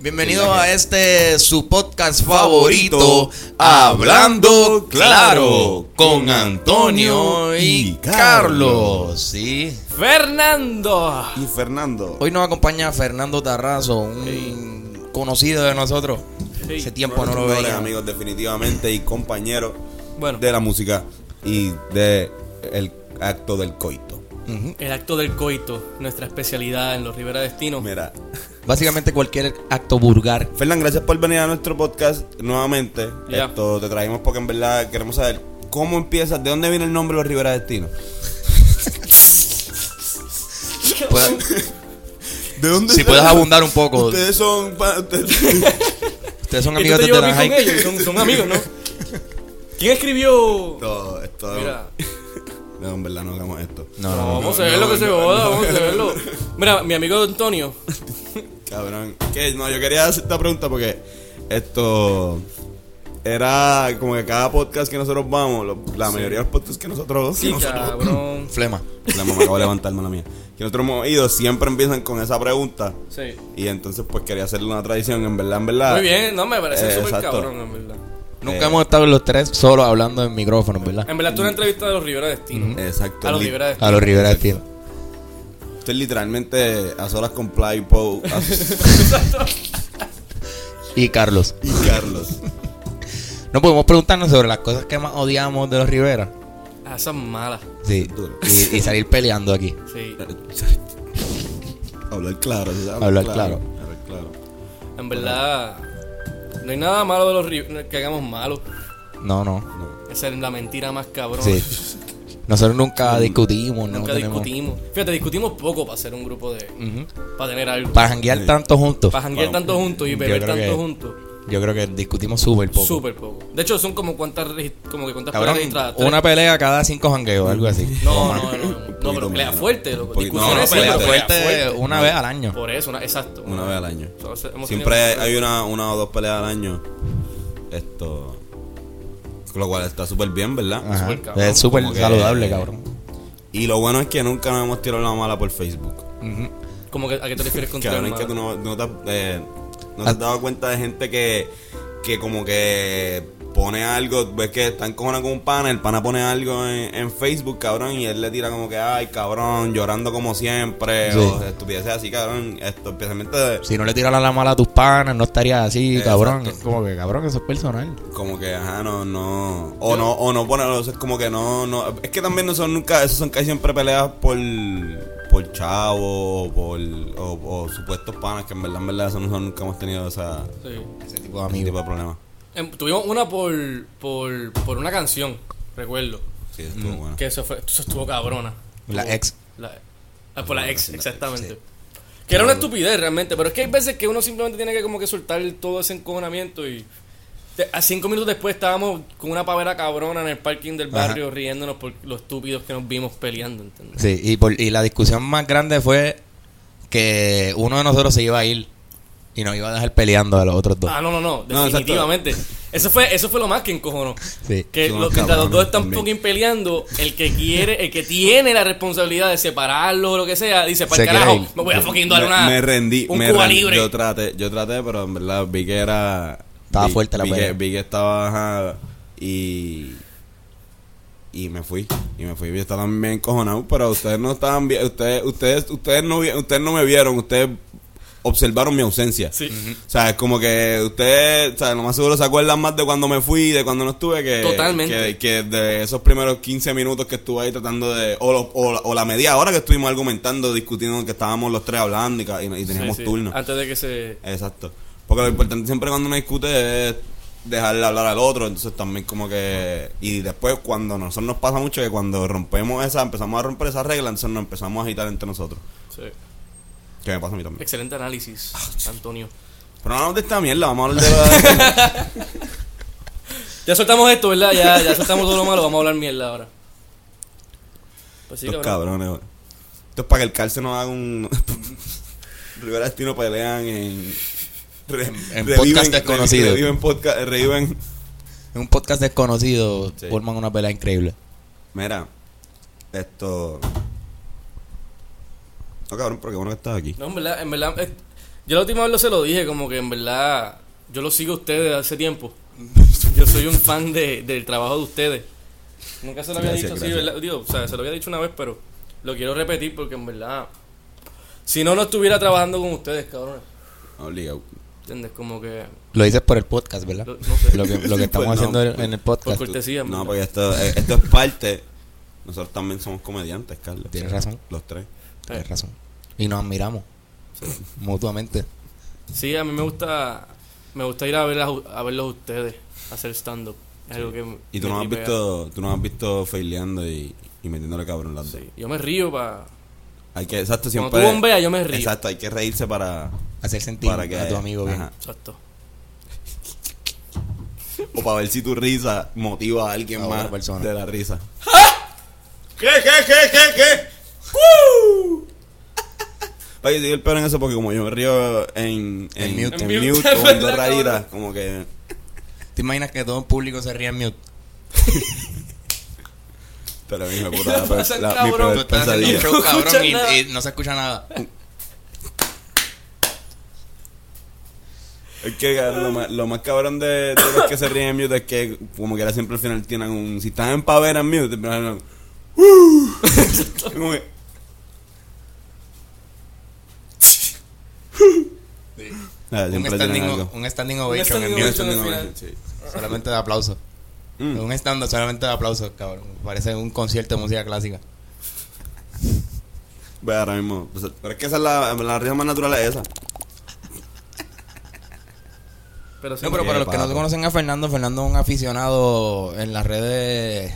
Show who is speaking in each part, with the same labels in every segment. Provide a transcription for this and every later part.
Speaker 1: bienvenidos a este su podcast favorito, Hablando Claro, con Antonio y Carlos. Sí.
Speaker 2: Fernando.
Speaker 3: Y Fernando.
Speaker 1: Hoy nos acompaña Fernando Tarrazo, un conocido de nosotros.
Speaker 2: Sí.
Speaker 1: Hace tiempo pues, no lo
Speaker 3: Mejores
Speaker 1: veía.
Speaker 3: amigos definitivamente y compañeros
Speaker 2: Bueno,
Speaker 3: de la música y de el acto del coito.
Speaker 1: Ujú.
Speaker 2: el acto del coito, nuestra especialidad en los Rivera Destino.
Speaker 3: Mira,
Speaker 1: Básicamente cualquier acto vulgar.
Speaker 3: Fernán, gracias por venir a nuestro podcast nuevamente.
Speaker 2: Ya.
Speaker 3: Esto te traímos porque en verdad queremos saber cómo empiezas, de dónde viene el nombre Los Rivera Destino.
Speaker 1: Pueda-
Speaker 3: ¿De dónde
Speaker 1: si
Speaker 3: se-
Speaker 1: puedes abundar un poco. Ustedes,
Speaker 3: Ustedes son pa- ustedes-
Speaker 1: son
Speaker 2: ¿Y tú
Speaker 1: amigos
Speaker 2: te
Speaker 1: de
Speaker 2: llevas bien con
Speaker 1: Tenajay.
Speaker 2: ellos? Son, son amigos, ¿no? ¿Quién escribió?
Speaker 3: Esto, esto-
Speaker 2: Mira,
Speaker 3: No, en verdad no hagamos esto.
Speaker 1: No, no, no.
Speaker 2: vamos a ver lo que se joda, vamos a verlo. Mira, mi amigo Antonio,
Speaker 3: Cabrón. Que no, yo quería hacer esta pregunta porque esto era como que cada podcast que nosotros vamos, lo- la mayoría de los podcasts que nosotros, que
Speaker 2: sí,
Speaker 3: nosotros-
Speaker 2: cabrón.
Speaker 1: Flema.
Speaker 3: la mamá acaba de levantarme la mía, que nosotros hemos ido, siempre empiezan con esa pregunta.
Speaker 2: Sí.
Speaker 3: Y entonces pues quería hacerle una tradición, en verdad, en verdad.
Speaker 1: Ah,
Speaker 2: Muy bien, no, me parece
Speaker 3: Eh,
Speaker 2: súper
Speaker 3: exacto.
Speaker 2: cabrón, en verdad.
Speaker 1: Nunca hemos estado los tres solos hablando en micrófono, ¿verdad?
Speaker 2: Eh. En verdad, tú una entrevista de los Rivera Destino.
Speaker 1: Mm.
Speaker 3: Exacto.
Speaker 2: A los
Speaker 3: li-
Speaker 2: Rivera Destino.
Speaker 1: A los Rivera Destino.
Speaker 3: Esto es literalmente a solas con Play Poe
Speaker 1: Y Carlos.
Speaker 3: y Carlos.
Speaker 1: No podemos preguntarnos sobre las cosas que más odiamos de los Rivera.
Speaker 2: Ah, esas malas.
Speaker 1: Sí.
Speaker 3: Duro.
Speaker 1: Y, y salir peleando aquí.
Speaker 2: Sí.
Speaker 3: Hablar claro, ¿sabes?
Speaker 1: Hablar claro.
Speaker 3: Hablar claro.
Speaker 2: En verdad, no hay nada malo de los Rivera que hagamos malo.
Speaker 1: No, no.
Speaker 2: Esa es la mentira más cabrón.
Speaker 1: Sí. Nosotros nunca discutimos, no
Speaker 2: Nunca
Speaker 1: tenemos-
Speaker 2: discutimos. Fíjate, discutimos poco para hacer un grupo de.
Speaker 3: Mm.
Speaker 2: Para tener algo.
Speaker 1: Para janguear tanto juntos.
Speaker 2: Para janguear
Speaker 3: Wow.
Speaker 2: tanto juntos y
Speaker 1: Yo
Speaker 2: beber
Speaker 1: creo
Speaker 2: tanto
Speaker 1: que
Speaker 2: juntos.
Speaker 1: Yo creo que discutimos súper poco.
Speaker 2: Súper poco. De hecho, son como cuántas. regi- Como que cuántas
Speaker 1: Cabrón,
Speaker 2: peleas registradas. Tres.
Speaker 1: una pelea cada cinco jangueos, algo así.
Speaker 2: No, no, no. No, no,
Speaker 3: poquito
Speaker 2: pero pelea
Speaker 3: menos.
Speaker 2: fuerte. loco.
Speaker 3: Un poquito
Speaker 1: No,
Speaker 3: menos.
Speaker 2: Discusiones
Speaker 1: no,
Speaker 3: Sí,
Speaker 1: pelea
Speaker 2: siempre, pelea
Speaker 1: fuerte una vez al año.
Speaker 2: Por eso, una- exacto.
Speaker 3: Una vez al año.
Speaker 2: Entonces, hemos
Speaker 3: Siempre
Speaker 2: tenido-
Speaker 3: hay una, una o dos peleas al año. Esto. Lo cual está súper bien, ¿verdad?
Speaker 1: Ajá.
Speaker 2: súper cabrón.
Speaker 1: Es súper
Speaker 3: Como que-
Speaker 1: saludable, cabrón.
Speaker 3: Y lo bueno es que nunca nos hemos tirado la mala por Facebook.
Speaker 1: Ujú.
Speaker 2: Como que, ¿A qué te refieres con
Speaker 3: Cabrón, es
Speaker 2: tema?
Speaker 3: que tú no, no te, has- eh, no te has dado cuenta de gente que, que como que pone algo, ves que están cojones con un pana, el pana pone algo en, en Facebook, cabrón, y él le tira como que, ay, cabrón, llorando como siempre,
Speaker 1: Sí.
Speaker 3: o estupideces así, cabrón, esto, especialmente de-
Speaker 1: Si no le tiraran la mala a tus panas, no estarías así,
Speaker 3: Exacto.
Speaker 1: cabrón. Es como que, cabrón, eso es personal.
Speaker 3: Como que, ajá, no, no. O no, o no ponerlo, es como que no, no. Es que también no son nunca, esos son casi siempre peleas por por chavo o por o, o supuestos panas que en verdad, en verdad, eso no son, nunca hemos tenido esa,
Speaker 2: Sí.
Speaker 1: Ese tipo de
Speaker 3: ese tipo
Speaker 1: amigos.
Speaker 3: de problemas.
Speaker 2: Em, Tuvimos una por, por, por una canción, recuerdo.
Speaker 3: Sí, estuvo bueno.
Speaker 2: Mm. Que eso, fue, eso estuvo cabrona.
Speaker 1: La E. ex.
Speaker 2: La, ah, por la ex, exactamente.
Speaker 1: Sí.
Speaker 2: Que era una estupidez realmente, pero es que hay veces que uno simplemente tiene que como que soltar todo ese encojonamiento y... te- A cinco minutos después estábamos con una pavera cabrona en el parking del
Speaker 1: Ajá.
Speaker 2: barrio riéndonos por los estúpidos que nos vimos peleando, ¿entiendes?
Speaker 1: Sí, y, por- y la discusión más grande fue que uno de nosotros se iba a ir y nos iba a dejar peleando a los otros dos.
Speaker 2: Ah, no, no, no,
Speaker 3: No, exacto.
Speaker 2: definitivamente. eso, fue, eso fue lo más que encojonó.
Speaker 1: Sí.
Speaker 2: Que
Speaker 3: Son
Speaker 2: lo,
Speaker 3: unos
Speaker 2: mientras los dos
Speaker 3: cabrones
Speaker 2: están
Speaker 3: también.
Speaker 2: fucking peleando, el que quiere, el que tiene la responsabilidad de separarlo o lo que sea, dice, para
Speaker 1: Se
Speaker 2: el
Speaker 1: quiere
Speaker 2: carajo,
Speaker 1: ir".
Speaker 2: me voy a fucking dar una...
Speaker 3: me, me rendí,
Speaker 2: un
Speaker 3: me
Speaker 2: Cuba
Speaker 3: rendí.
Speaker 2: libre.
Speaker 3: Yo traté, yo traté, pero en verdad vi que era.
Speaker 1: Estaba
Speaker 3: vi-
Speaker 1: fuerte la
Speaker 3: vi
Speaker 1: pelea.
Speaker 3: Que, vi que estaba ajá, y. Y me fui, y me fui. Yo estaba bien encojonado, pero ustedes no estaban bien. Ustedes, ustedes, ustedes, no, vi- ustedes no me vieron, ustedes observaron mi ausencia.
Speaker 2: Sí.
Speaker 3: O sea, es como que ustedes, o sea, lo más seguro se acuerdan más de cuando me fui, de cuando no estuve, que, que,
Speaker 2: Totalmente.
Speaker 3: que de esos primeros 15 minutos que estuve ahí tratando de, o, lo- o la- o la media hora que estuvimos argumentando, discutiendo, que estábamos los tres hablando y, ca- y- y teníamos
Speaker 2: Sí, Ah. sí,
Speaker 3: turno.
Speaker 2: Antes de que se.
Speaker 3: Exacto. Porque lo importante siempre cuando uno discute es dejarle hablar al otro, entonces también como que... Y después cuando nosotros nos pasa mucho que cuando rompemos esa, empezamos a romper esa regla, entonces nos empezamos a agitar entre nosotros.
Speaker 2: se-
Speaker 3: Que me pasa a mí también.
Speaker 2: Excelente análisis,
Speaker 3: Ah,
Speaker 2: Antonio.
Speaker 3: Pero no hablamos de esta mierda, vamos a hablar de... la-
Speaker 2: Ya soltamos esto, ¿verdad? Ya, ya soltamos todo lo malo, vamos a hablar mierda ahora. Pues sí,
Speaker 3: Estos
Speaker 2: cabrón.
Speaker 3: cabrones, güey. Esto es para que el cárcel no haga un. Rivera Destino pelean en. re-
Speaker 1: en podcast desconocido.
Speaker 3: Reviven podcast. Reviven.
Speaker 1: En un podcast desconocido
Speaker 3: Sí.
Speaker 1: forman una pelea increíble.
Speaker 3: Mira, esto. No, cabrón, pero qué bueno que estás aquí.
Speaker 2: No, en verdad, en verdad. eh, Yo la última vez lo se lo dije, como que en verdad yo lo sigo a ustedes desde hace tiempo. Yo soy un fan de, del trabajo de ustedes. Nunca se lo había
Speaker 3: Gracias,
Speaker 2: dicho así,
Speaker 3: gracias.
Speaker 2: ¿verdad? Digo, o sea, se lo había dicho una vez, pero lo quiero repetir porque en verdad, si no, no estuviera trabajando con ustedes, cabrón.
Speaker 3: Obligado.
Speaker 2: ¿Entiendes? Como que,
Speaker 1: Lo dices por el podcast, ¿verdad?
Speaker 2: Lo- no sé.
Speaker 1: Lo que, lo que
Speaker 3: Sí, pues,
Speaker 1: estamos
Speaker 3: no,
Speaker 1: haciendo en-
Speaker 3: pues,
Speaker 1: en el
Speaker 2: por
Speaker 1: podcast.
Speaker 2: cortesía. en
Speaker 3: No,
Speaker 2: verdad.
Speaker 3: porque esto, eh, esto es parte. Nosotros también somos comediantes, Carlos.
Speaker 1: Tienes razón.
Speaker 3: Los tres.
Speaker 1: Tienes razón. Y nos admiramos
Speaker 3: Sí.
Speaker 1: mutuamente.
Speaker 2: Sí, a mí me gusta me gusta ir a, ver a, a verlos a ustedes hacer stand-up. Es algo que me-
Speaker 3: Y tú
Speaker 2: me
Speaker 3: nos has
Speaker 2: tripea.
Speaker 3: visto, tú nos has visto faileando y, y metiéndole cabrón las dos.
Speaker 2: Sí, Yo me río para...
Speaker 3: Hay que, exacto,
Speaker 2: Cuando
Speaker 3: siempre.
Speaker 2: tú bombeas, yo me río.
Speaker 3: Exacto, hay que reírse para,
Speaker 1: Hacer sentir
Speaker 3: para que eh,
Speaker 1: a tu amigo bien.
Speaker 3: ajá.
Speaker 2: Exacto.
Speaker 3: O para ver si tu risa motiva a alguien
Speaker 1: A otra
Speaker 3: más
Speaker 1: persona.
Speaker 3: de la risa. ¿Qué, qué, qué, qué, qué? Oye, soy el peor en eso porque como yo me río en, en,
Speaker 1: En mute.
Speaker 3: en
Speaker 2: En mute.
Speaker 3: mute,
Speaker 2: Es
Speaker 3: o en dos
Speaker 2: verdad, cabrón.
Speaker 3: raritas, como que
Speaker 1: ¿Te imaginas que todo el público se ría en mute?
Speaker 3: Pero mi hijo de puta,
Speaker 2: ¿Qué
Speaker 3: la-
Speaker 2: pasa,
Speaker 3: la- mi
Speaker 2: cabrón?
Speaker 1: Tú
Speaker 3: peor
Speaker 1: estás haciendo
Speaker 3: Pues pesadilla.
Speaker 1: un show,
Speaker 2: No escuchas
Speaker 1: cabrón,
Speaker 2: nada.
Speaker 1: y, y no se escucha nada.
Speaker 3: Es que cabrón, lo más, lo más cabrón de, de los que se ríen en mute es que como que era siempre al final tienen un... Si están en pavera en mute, te ponen... "Uh". Como que- Ah,
Speaker 1: Un
Speaker 3: siempre
Speaker 1: standing,
Speaker 3: tienen
Speaker 1: o-
Speaker 3: algo.
Speaker 1: un standing ovation
Speaker 2: standing
Speaker 1: en
Speaker 3: Y
Speaker 1: mute.
Speaker 3: eso
Speaker 2: al
Speaker 3: no-
Speaker 2: final.
Speaker 3: sí.
Speaker 1: Solamente de aplausos.
Speaker 3: Mm.
Speaker 1: Un stand solamente de aplausos, cabrón. Parece un concierto de música clásica.
Speaker 3: Ve, ahora mismo. pues, pero es que esa es la, la risa más natural es esa.
Speaker 2: Pero sí,
Speaker 1: No, pero
Speaker 3: Sí,
Speaker 1: para los que no
Speaker 3: papo.
Speaker 1: conocen a Fernando, Fernando es un aficionado en las redes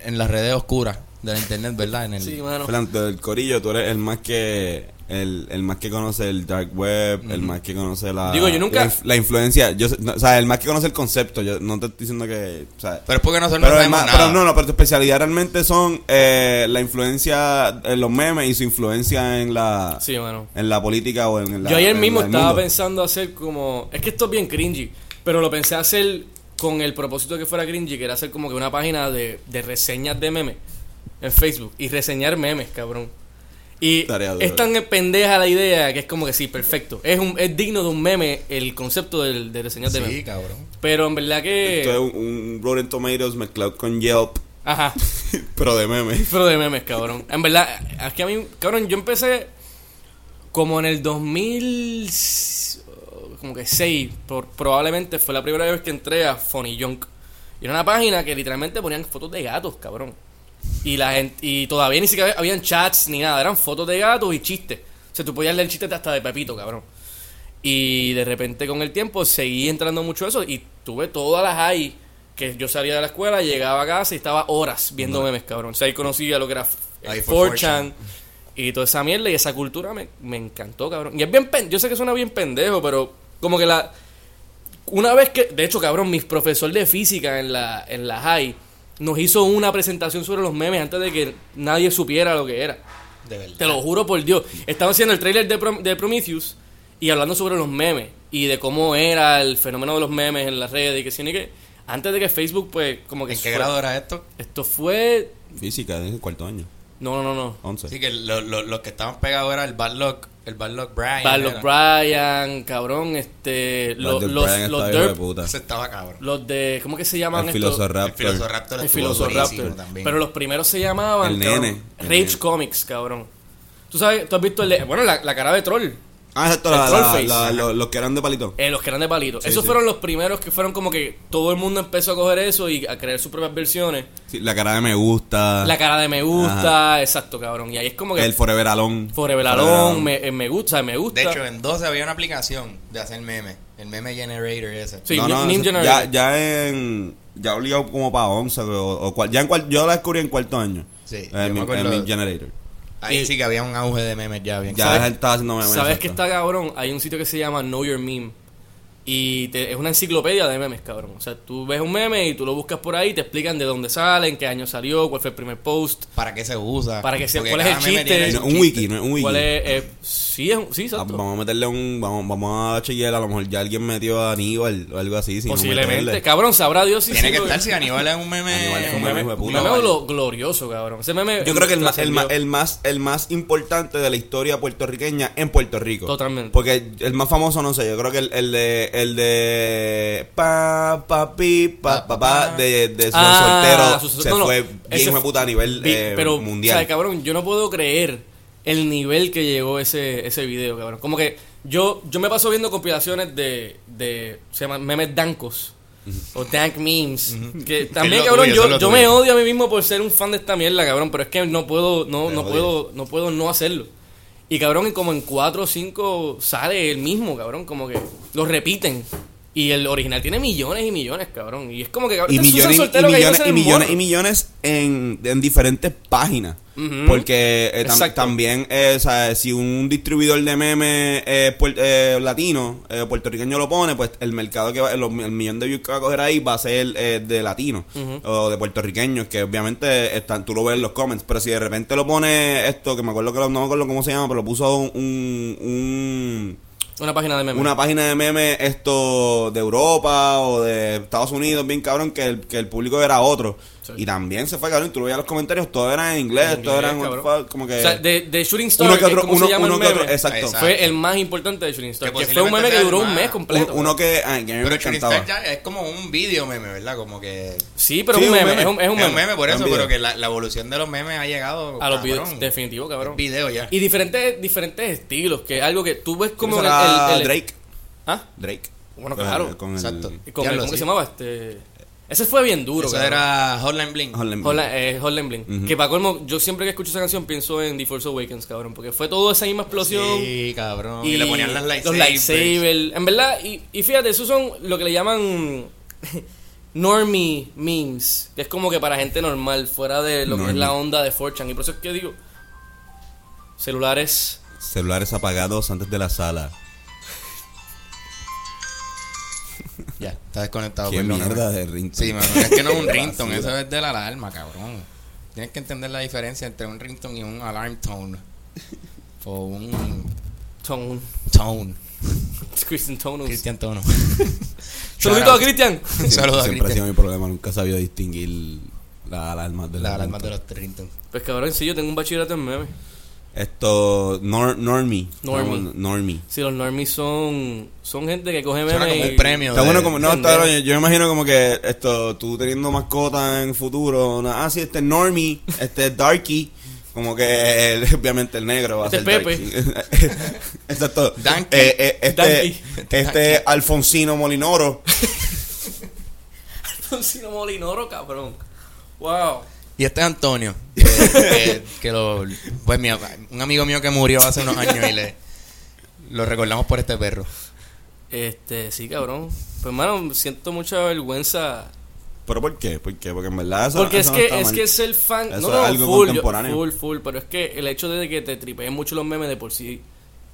Speaker 1: en las redes oscuras de la internet, ¿verdad? En el
Speaker 2: sí, mano.
Speaker 3: Delante del corillo, tú eres el más que... El, el más que conoce el dark web, el más que conoce la...
Speaker 2: Digo, yo nunca-
Speaker 3: La, inf- la influencia. Yo, sé- no, o sea, el más que conoce el concepto. Yo no te estoy diciendo que... O sea,
Speaker 1: Pero es porque nosotros
Speaker 3: Pero,
Speaker 1: no
Speaker 3: es
Speaker 1: sabemos
Speaker 3: más-
Speaker 1: nada.
Speaker 3: pero no, no, pero tu especialidad realmente son eh, la influencia en los memes y su influencia en la
Speaker 2: Sí, mano.
Speaker 3: en la política o en la
Speaker 2: Yo ayer
Speaker 3: en
Speaker 2: mismo
Speaker 3: la- el
Speaker 2: estaba
Speaker 3: mundo.
Speaker 2: pensando hacer como... Es que esto es bien cringy, pero lo pensé hacer con el propósito de que fuera cringy, que era hacer como que una página de, de reseñas de memes en Facebook y reseñar memes, cabrón. Y
Speaker 3: Tarea dura.
Speaker 2: es tan pendeja la idea que es como que sí, perfecto. Es un es digno de un meme el concepto del, de reseñas de
Speaker 1: Sí,
Speaker 2: memes.
Speaker 1: cabrón.
Speaker 2: Pero en verdad que...
Speaker 3: Esto es un, un Rotten Tomatoes mezclado con Yelp,
Speaker 2: Ajá.
Speaker 3: pero de memes.
Speaker 2: Pero de memes, cabrón. En verdad, es que a mí, cabrón, yo empecé como en el 2000, como que 6, por, probablemente fue la primera vez que entré a Funny Junk. Y era una página que literalmente ponían fotos de gatos, cabrón. Y la gente, y todavía ni siquiera habían chats ni nada, eran fotos de gatos y chistes. O sea, tú podías leer chistes hasta de Pepito, cabrón. Y de repente con el tiempo seguí entrando mucho eso y tuve todas las ahí que yo salía de la escuela, llegaba a casa y estaba horas viendo memes, cabrón. O sea, ahí conocí a lo que era
Speaker 1: Ahí
Speaker 2: eh,
Speaker 1: fue
Speaker 2: 4chan y toda esa mierda y esa cultura me, me encantó, cabrón. Y es bien pen- yo sé que suena bien pendejo, pero como que la una vez que, de hecho, cabrón, mi profesor de física en la, en la high nos hizo una presentación sobre los memes antes de que nadie supiera lo que era.
Speaker 1: De verdad.
Speaker 2: Te lo juro por Dios. Estaban haciendo el trailer de, Prom- de Prometheus y hablando sobre los memes y de cómo era el fenómeno de los memes en las redes y que sí ni que. Antes de que Facebook, pues, como que.
Speaker 1: ¿En qué
Speaker 2: fue-
Speaker 1: grado era esto?
Speaker 2: Esto fue.
Speaker 3: Física, es el cuarto año,
Speaker 2: No, no, no.
Speaker 3: 11.
Speaker 1: Sí, que lo- lo- los que estaban pegados era el Bad Luck, el Bad Luck Brian.
Speaker 2: Barlow
Speaker 1: era.
Speaker 2: Bryan, cabrón, este. lo-
Speaker 3: Brandon
Speaker 2: los
Speaker 3: Bryan
Speaker 2: los
Speaker 3: está hijo de
Speaker 2: derp-
Speaker 3: puta.
Speaker 1: Ese estaba cabrón.
Speaker 2: los de. ¿Cómo que se llaman
Speaker 3: El
Speaker 2: estos?
Speaker 1: El
Speaker 3: Filosoraptor.
Speaker 1: Filosoraptor
Speaker 2: El
Speaker 1: estuvo
Speaker 2: Filosoraptor.
Speaker 1: durísimo también.
Speaker 2: Pero los primeros se llamaban
Speaker 3: El
Speaker 2: cabrón,
Speaker 3: nene, el
Speaker 2: Rage
Speaker 3: nene.
Speaker 2: Comics, cabrón. Tú sabes, tú has visto el de- bueno, la, la cara de troll,
Speaker 3: Ah, exacto,
Speaker 2: El
Speaker 3: la- la-
Speaker 2: Trollface.
Speaker 3: la- lo- los que eran de palito.
Speaker 2: eh, los que eran de palito.
Speaker 3: Sí,
Speaker 2: Esos
Speaker 3: sí.
Speaker 2: fueron los primeros que fueron como que todo el mundo empezó a coger eso y a crear sus propias versiones.
Speaker 3: Sí, la cara de me gusta.
Speaker 2: Eh. La cara de me gusta, exacto, cabrón. Y ahí es como que
Speaker 3: Ah. El Forever Alone.
Speaker 2: Forever Alone, me, eh, me gusta, me gusta.
Speaker 1: De hecho, en 12 había una aplicación de hacer memes. El meme generator ese.
Speaker 2: Sí,
Speaker 3: No, no,
Speaker 2: Nin-
Speaker 3: eso-
Speaker 2: Ninja
Speaker 3: ya,
Speaker 2: Nerd.
Speaker 3: ya en. Ya obligado como para 11 o, o cual- ya en cual- yo la descubrí en cuarto año.
Speaker 1: Sí,
Speaker 3: Eh,
Speaker 1: yo me
Speaker 3: mi-
Speaker 1: acuerdo.
Speaker 3: en mi generator.
Speaker 1: Ahí
Speaker 2: y-
Speaker 1: sí que había un auge de memes ya. Bien
Speaker 3: Ya
Speaker 1: cabrón.
Speaker 3: él estaba haciendo memes.
Speaker 2: ¿Sabes
Speaker 3: exacto.
Speaker 2: qué está cabrón? Hay un sitio que se llama Know Your Meme. Y te- es una enciclopedia de memes, cabrón. O sea, tú ves un meme y tú lo buscas por ahí, te explican de dónde salen, qué año salió, cuál fue el primer post,
Speaker 1: ¿Para qué se usa?
Speaker 2: Para que se-
Speaker 1: Porque
Speaker 2: ¿cuál es el
Speaker 1: cada meme
Speaker 2: chiste?
Speaker 1: tiene
Speaker 3: No,
Speaker 1: su
Speaker 3: un
Speaker 1: chiste.
Speaker 3: wiki, no es un wiki.
Speaker 2: cuál es... eh, sí, es un- sí,
Speaker 3: Ah,
Speaker 2: exacto.
Speaker 3: Vamos a meterle un. Vamos, vamos a chequear. A lo mejor ya alguien metió a Aníbal o algo así. sin
Speaker 2: Posiblemente,
Speaker 3: meterle.
Speaker 2: cabrón, sabrá Dios si
Speaker 1: Tiene
Speaker 2: sí,
Speaker 1: que
Speaker 2: porque-
Speaker 1: estar si Aníbal es un meme.
Speaker 3: Aníbal es
Speaker 2: un meme,
Speaker 3: hijo de
Speaker 2: un
Speaker 3: puta.
Speaker 2: meme glo- glorioso, cabrón. Ese meme
Speaker 3: Yo creo que el más, el,
Speaker 2: trascendió.
Speaker 3: más, el, más, el más importante de la historia puertorriqueña en Puerto Rico.
Speaker 2: Totalmente.
Speaker 3: Porque el más famoso, no sé, yo creo que el, el de. El de. Pa, pa, pi, pa, pa, pa, de, de su
Speaker 2: Ah,
Speaker 3: soltero.
Speaker 2: su-
Speaker 3: se
Speaker 2: no, no,
Speaker 3: fue
Speaker 2: ese
Speaker 3: bien hijo de puta a nivel
Speaker 2: vi-
Speaker 3: eh,
Speaker 2: pero,
Speaker 3: mundial.
Speaker 2: O sea, cabrón, yo no puedo creer el nivel que llegó ese, ese video, cabrón. Como que yo, yo me paso viendo compilaciones de, de se llaman memes dancos. O dank memes. Que también,
Speaker 1: lo
Speaker 2: cabrón,
Speaker 1: tuyo, es
Speaker 2: yo, yo
Speaker 1: lo tuyo.
Speaker 2: me odio a mí mismo por ser un fan de esta mierda, cabrón. Pero es que no puedo, no,
Speaker 3: Te
Speaker 2: no
Speaker 3: odias.
Speaker 2: puedo, no puedo no hacerlo. Y cabrón, y como en 4 o 5 sale el mismo, cabrón, como que lo repiten. Y el original tiene millones y millones, cabrón. Y es como que cabrón,
Speaker 3: y
Speaker 2: este es Susan
Speaker 3: millones, y
Speaker 2: Soltero que yo no
Speaker 3: millones,
Speaker 2: sé
Speaker 3: y
Speaker 2: del
Speaker 3: millones,
Speaker 2: morro.
Speaker 3: y millones en, en diferentes páginas.
Speaker 2: Ujú.
Speaker 3: Porque eh, tam-
Speaker 2: Exacto.
Speaker 3: también, eh, o sea, si un distribuidor de memes eh, puer- eh, latino, eh, puertorriqueño lo pone, pues el mercado que va, el, el millón de views que va a coger ahí va a ser eh, de latinos o de puertorriqueños, que obviamente están, tú lo ves en los comments. Pero si de repente lo pone esto, que me acuerdo que lo- no me acuerdo cómo se llama, pero lo puso un- un
Speaker 2: Una página de memes.
Speaker 3: una página de memes esto de Europa o de Estados Unidos, bien cabrón, que el, que el público era otro.
Speaker 2: Sí.
Speaker 3: Y también se fue, cabrón, tú lo veías en los comentarios, todo era en inglés,
Speaker 2: En
Speaker 3: todo era
Speaker 2: inglés,
Speaker 3: en-
Speaker 2: cabrón.
Speaker 3: como que...
Speaker 2: O sea, de, de Shooting Star, eh,
Speaker 3: uno que otro,
Speaker 2: ¿cómo
Speaker 3: uno,
Speaker 2: se llama
Speaker 3: uno
Speaker 2: el
Speaker 3: que otro,
Speaker 2: meme?
Speaker 3: exacto.
Speaker 1: Exacto.
Speaker 2: Fue el más importante de Shooting Star.
Speaker 1: Que
Speaker 2: Que, fue un meme
Speaker 1: posiblemente
Speaker 2: que duró
Speaker 1: sea el
Speaker 2: un mes
Speaker 1: más-
Speaker 2: completo.
Speaker 3: Uno que, ay, que a mí me
Speaker 1: Pero Churistar
Speaker 3: encantaba.
Speaker 1: ya es como un video meme, ¿verdad? Como que.
Speaker 2: sí, pero
Speaker 3: Sí,
Speaker 2: un meme, es un, es un meme.
Speaker 1: por
Speaker 3: Es
Speaker 1: eso,
Speaker 3: un video.
Speaker 1: pero que la, la evolución de los memes ha llegado
Speaker 2: A los
Speaker 1: cabrón.
Speaker 2: videos, definitivo, cabrón.
Speaker 1: Video ya.
Speaker 2: Y diferentes, diferentes estilos, que es algo que tú ves como
Speaker 3: Eso era
Speaker 2: el- el- el-
Speaker 3: Drake.
Speaker 2: ¿ah,
Speaker 3: Drake.
Speaker 2: Bueno,
Speaker 3: Con-
Speaker 2: claro.
Speaker 3: con el-
Speaker 1: Exacto.
Speaker 2: y con el-
Speaker 1: Diablo,
Speaker 2: ¿Cómo que se
Speaker 1: sí.
Speaker 2: llamaba? Este, ese fue bien duro,
Speaker 1: Eso
Speaker 2: cabrón.
Speaker 1: era Hotline Bling.
Speaker 3: Harlem-
Speaker 2: Hotline, eh, Hotline Bling. Que para colmo, yo siempre que escucho esa canción pienso en The Force Awakens, cabrón. Porque fue toda esa misma explosión.
Speaker 1: Sí, cabrón. Y, le ponían las
Speaker 2: Los
Speaker 1: lightsabers.
Speaker 2: lightsabers. En verdad, y, y fíjate, esos son lo que le llaman normie memes. Que es como que para gente normal, fuera de lo que es
Speaker 3: Normie.
Speaker 2: la onda de 4chan. Y por eso es que digo, celulares.
Speaker 3: Celulares apagados antes de la sala.
Speaker 1: Ya, está
Speaker 2: Ah,
Speaker 1: desconectado. pues,
Speaker 3: Qué
Speaker 1: perdóname.
Speaker 3: mierda de ringtone.
Speaker 1: Sí, mano, es que no es un
Speaker 3: Qué
Speaker 1: ringtone,
Speaker 3: basura.
Speaker 1: eso es de la alarma, cabrón. Tienes que entender la diferencia entre un ringtone y un alarm tone. O un
Speaker 2: Tone.
Speaker 1: tone.
Speaker 2: Christian Tonus.
Speaker 1: Cristian Tono.
Speaker 2: Saludito a Christian.
Speaker 1: Un saludo
Speaker 3: Siempre ha
Speaker 1: a
Speaker 3: sido
Speaker 1: Cristian.
Speaker 3: mi problema, nunca he sabido distinguir las alarmas de
Speaker 1: La
Speaker 3: los
Speaker 1: alarma de
Speaker 3: ringtones.
Speaker 1: los ringtones.
Speaker 2: Pues cabrón, sí, yo tengo un bachillerato en memes.
Speaker 3: Esto, nor- normie.
Speaker 2: Normie.
Speaker 3: Vamos, normie.
Speaker 2: Si los normies son, son gente que coge
Speaker 1: Suena
Speaker 2: memes.
Speaker 1: como un
Speaker 2: y-
Speaker 1: premio.
Speaker 3: Está
Speaker 1: de-
Speaker 3: bueno como, no,
Speaker 2: entender.
Speaker 3: está bueno, yo, yo me imagino como que esto, tú teniendo mascotas en futuro, una- ah, sí, este es Normie, este es Darky, como que el- obviamente el negro va
Speaker 2: Este
Speaker 3: a
Speaker 2: es
Speaker 3: ser Darky. Exacto.
Speaker 1: Danky.
Speaker 3: Eh, eh, este
Speaker 2: Danky.
Speaker 3: este es Alfonsino Molinoro.
Speaker 2: Alfonsino Molinoro, cabrón. Wow.
Speaker 1: Y este es Antonio. Que, que- que lo, pues mi- un amigo mío que murió hace unos años y le lo recordamos por este perro.
Speaker 2: Este, sí, cabrón. Pues, hermano, siento mucha vergüenza.
Speaker 3: Pero ¿por qué? ¿Por qué? Porque en verdad eso
Speaker 2: Porque
Speaker 3: eso
Speaker 2: es
Speaker 3: no
Speaker 2: que
Speaker 3: está
Speaker 2: es
Speaker 3: mal.
Speaker 2: que es el fan.
Speaker 3: Eso
Speaker 2: no,
Speaker 3: es
Speaker 2: no,
Speaker 3: algo
Speaker 2: full, yo-
Speaker 3: contemporáneo.
Speaker 2: full, full. Pero es que el hecho de que te tripeen mucho los memes de por sí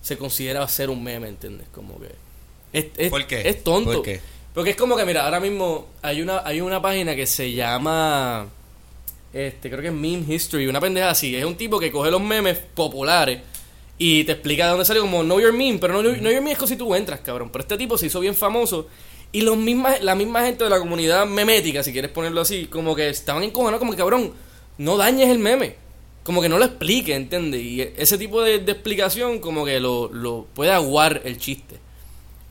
Speaker 2: se considera ser un meme, ¿entiendes? Como que. Es, es-
Speaker 1: ¿Por qué?
Speaker 2: Es tonto.
Speaker 1: ¿Por qué?
Speaker 2: Porque es como que, mira, ahora mismo hay una, hay una página que se llama. Este, creo que es Meme History, una pendeja así. Es un tipo que coge los memes populares y te explica de dónde salió, como Know Your Meme. Pero no Know Your Meme es como si tú entras, cabrón. Pero este tipo se hizo bien famoso. Y los mismas, la misma gente de la comunidad memética, si quieres ponerlo así, como que estaban encojonados, como que cabrón, no dañes el meme. Como que no lo explique, ¿entiendes? Y e- ese tipo de, de explicación, como que lo, lo puede aguar el chiste.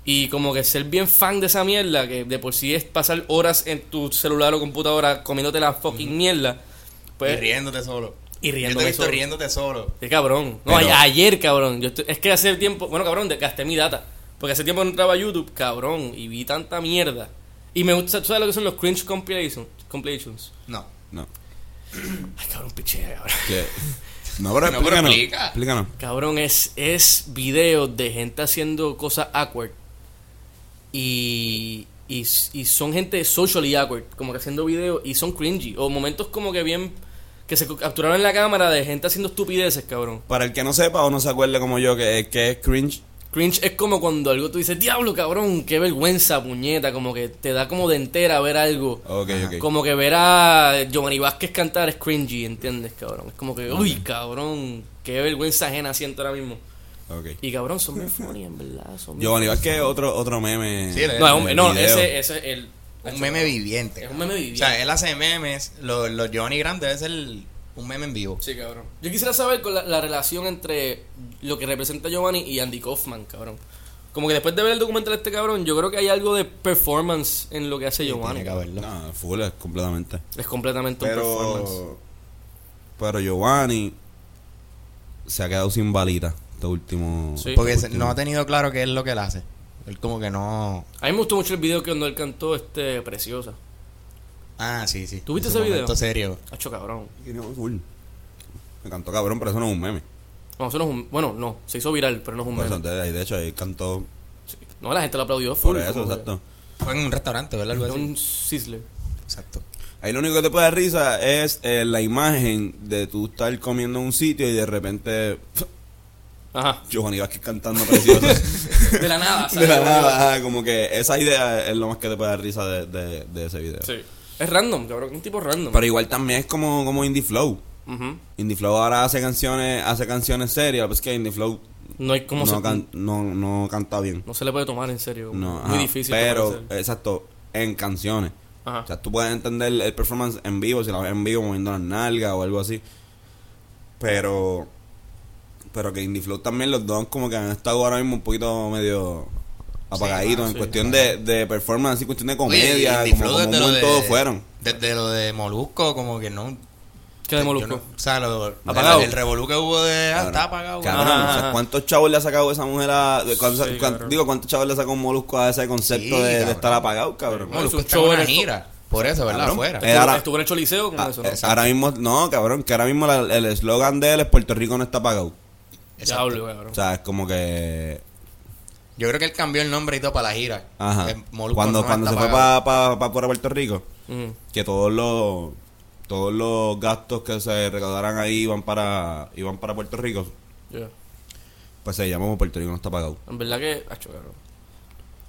Speaker 2: Y como que ser bien fan de esa mierda, que de por sí es pasar horas en tu celular o computadora comiéndote la fucking mierda.
Speaker 1: y
Speaker 2: Pues,
Speaker 1: riéndote solo.
Speaker 2: Y
Speaker 1: Yo te
Speaker 2: riéndome
Speaker 1: he visto
Speaker 2: solo.
Speaker 1: riéndote solo.
Speaker 2: qué cabrón. No,
Speaker 3: Pero-
Speaker 2: a- ayer, cabrón. Yo estoy- es que hace tiempo, bueno, cabrón, de- gasté mi data. Porque hace tiempo no entraba a YouTube, cabrón, y vi tanta mierda. Y me gusta, ¿tú ¿sabes lo que son los cringe compilations? compilations?
Speaker 1: No.
Speaker 3: No.
Speaker 2: Ay, cabrón, pichea, cabrón.
Speaker 3: que- No, pero
Speaker 1: No, pero
Speaker 3: explícanos.
Speaker 1: explica.
Speaker 3: Explícanos.
Speaker 2: Cabrón, es, es videos de gente haciendo cosas awkward. Y, y, y son gente socially awkward, como que haciendo videos y son cringy. O momentos como que bien. que se capturaron en la cámara de gente haciendo estupideces, cabrón.
Speaker 3: Para el que no sepa o no se acuerde como yo que, que es cringe.
Speaker 2: Cringe es como cuando algo tú dices, diablo, cabrón, qué vergüenza, puñeta. Como que te da como de entera ver algo.
Speaker 3: Ok, ok.
Speaker 2: Como que ver a Giovanni Vázquez cantar es cringy, ¿entiendes, cabrón? Es como que, uy, cabrón, qué vergüenza ajena siento ahora mismo.
Speaker 3: ok.
Speaker 2: Y cabrón, son bien funny, en verdad. Son bien
Speaker 3: Giovanni Vázquez es otro, otro meme.
Speaker 1: Sí, él es.
Speaker 2: No, es un-
Speaker 3: El
Speaker 2: no,
Speaker 3: video.
Speaker 2: ese, ese es el.
Speaker 1: Un meme viviente.
Speaker 2: Es un meme viviente.
Speaker 1: O sea, él hace memes. Los lo Johnny Grant debe ser un meme en vivo.
Speaker 2: Sí, cabrón. Yo quisiera saber con la, la relación entre lo que representa Giovanni y Andy Kaufman, cabrón. Como que después de ver el documental de este cabrón, yo creo que hay algo de performance en lo que hace Giovanni.
Speaker 1: Tiene que haberlo.
Speaker 3: No, full es completamente.
Speaker 2: Es completamente un performance.
Speaker 3: Pero. Pero Giovanni se ha quedado sin balita. Este último.
Speaker 2: Sí.
Speaker 1: Porque se- no ha tenido claro qué es lo que él hace. Él como que no...
Speaker 2: A mí me gustó mucho el video que cuando él cantó este Preciosa.
Speaker 1: Ah, sí, sí.
Speaker 2: ¿Tú viste
Speaker 1: En
Speaker 2: ese
Speaker 1: su
Speaker 2: video?
Speaker 1: momento serio.
Speaker 2: Hacho cabrón.
Speaker 3: Y no, full. Me cantó cabrón, pero eso no es un meme.
Speaker 2: No, eso no es un- bueno, no, se hizo viral, pero no es un
Speaker 3: Por
Speaker 2: meme.
Speaker 3: eso, de, de hecho, ahí cantó
Speaker 2: Sí. No, la gente lo aplaudió full.
Speaker 3: por eso,
Speaker 2: como que-
Speaker 3: exacto.
Speaker 1: Fue en un restaurante, ¿verdad? Algo
Speaker 2: Era
Speaker 1: así.
Speaker 2: un sizzler.
Speaker 1: Exacto.
Speaker 3: Ahí lo único que te puede dar risa es eh, la imagen de tú estar comiendo en un sitio y de repente
Speaker 2: Ajá.
Speaker 3: Giovanni Vázquez cantando precioso.
Speaker 2: De la nada,
Speaker 3: de
Speaker 2: ¿sabes?
Speaker 3: la nada, ajá, como que esa idea es lo más que te puede dar risa de, de- de ese video.
Speaker 2: Sí. Es random, cabrón. Un tipo random.
Speaker 3: Pero igual también es como, como Indie Flow.
Speaker 2: Ujú.
Speaker 3: Indie Flow ahora hace canciones, hace canciones serias, pues que Indie Flow
Speaker 2: No hay como
Speaker 3: no,
Speaker 2: se,
Speaker 3: can- no, no canta bien.
Speaker 2: no se le puede tomar en serio.
Speaker 3: No,
Speaker 2: muy
Speaker 3: ajá,
Speaker 2: difícil. Ah.
Speaker 3: Pero, eh,
Speaker 2: tomarse.
Speaker 3: exacto, en canciones.
Speaker 2: Ajá.
Speaker 3: O sea, tú puedes entender el performance en vivo, si la ves en vivo moviendo las nalgas o algo así. Pero. Pero que Indie Flow también los dos como que han estado ahora mismo un poquito medio apagaditos
Speaker 1: ah,
Speaker 3: en
Speaker 1: sí,
Speaker 3: cuestión de, de performance y cuestión de
Speaker 1: Oye,
Speaker 3: comedia,
Speaker 1: Indie
Speaker 3: como,
Speaker 1: Flow
Speaker 3: como
Speaker 1: desde
Speaker 3: un
Speaker 1: lo de-
Speaker 3: todos fueron.
Speaker 1: Desde lo de Molusco, como que no...
Speaker 2: ¿Qué de
Speaker 1: yo
Speaker 2: Molusco?
Speaker 1: no- o sea, lo,
Speaker 2: Apagado.
Speaker 1: el, el revolú que hubo de... Ah,
Speaker 3: Cabrón.
Speaker 1: está apagado. güey.
Speaker 3: Cabrón,
Speaker 2: Ajá,
Speaker 3: o sea,
Speaker 2: ajá.
Speaker 3: ¿cuántos chavos le ha sacado esa mujer a... de- cuántos-
Speaker 2: Sí,
Speaker 3: cuán-
Speaker 2: cabrón.
Speaker 3: digo, ¿cuántos chavos le ha sacado Molusco a ese concepto
Speaker 1: Sí,
Speaker 3: de, de
Speaker 1: cabrón.
Speaker 3: estar apagado, cabrón?
Speaker 2: Bueno,
Speaker 1: Molusco
Speaker 2: es un
Speaker 1: está en
Speaker 2: show en
Speaker 1: una
Speaker 2: esto.
Speaker 1: gira. Por eso, ¿verdad?
Speaker 3: Cabrón.
Speaker 1: Afuera.
Speaker 3: Eh, ahora-
Speaker 2: Estuvo en el Choliseo con
Speaker 3: Ah,
Speaker 2: eso, ¿no?
Speaker 3: eh, ahora mismo, no, cabrón, que ahora mismo la- el eslogan de él es Puerto Rico no está apagado.
Speaker 1: Exacto.
Speaker 2: Diablo, cabrón.
Speaker 3: O sea, es como que...
Speaker 1: Yo creo que él cambió el nombre y todo para la gira.
Speaker 3: Ajá.
Speaker 1: Que Eh, Molusco
Speaker 3: cuando
Speaker 1: no
Speaker 3: cuando se
Speaker 1: está
Speaker 3: fue
Speaker 1: apagado.
Speaker 3: para pa, pa fuera de Puerto Rico,
Speaker 2: Ujú.
Speaker 3: que todos los todos los gastos que se recaudaran ahí iban para iban para Puerto Rico,
Speaker 2: Yeah.
Speaker 3: pues se llamó Puerto Rico no está pagado.
Speaker 2: En verdad que. acho, cabrón.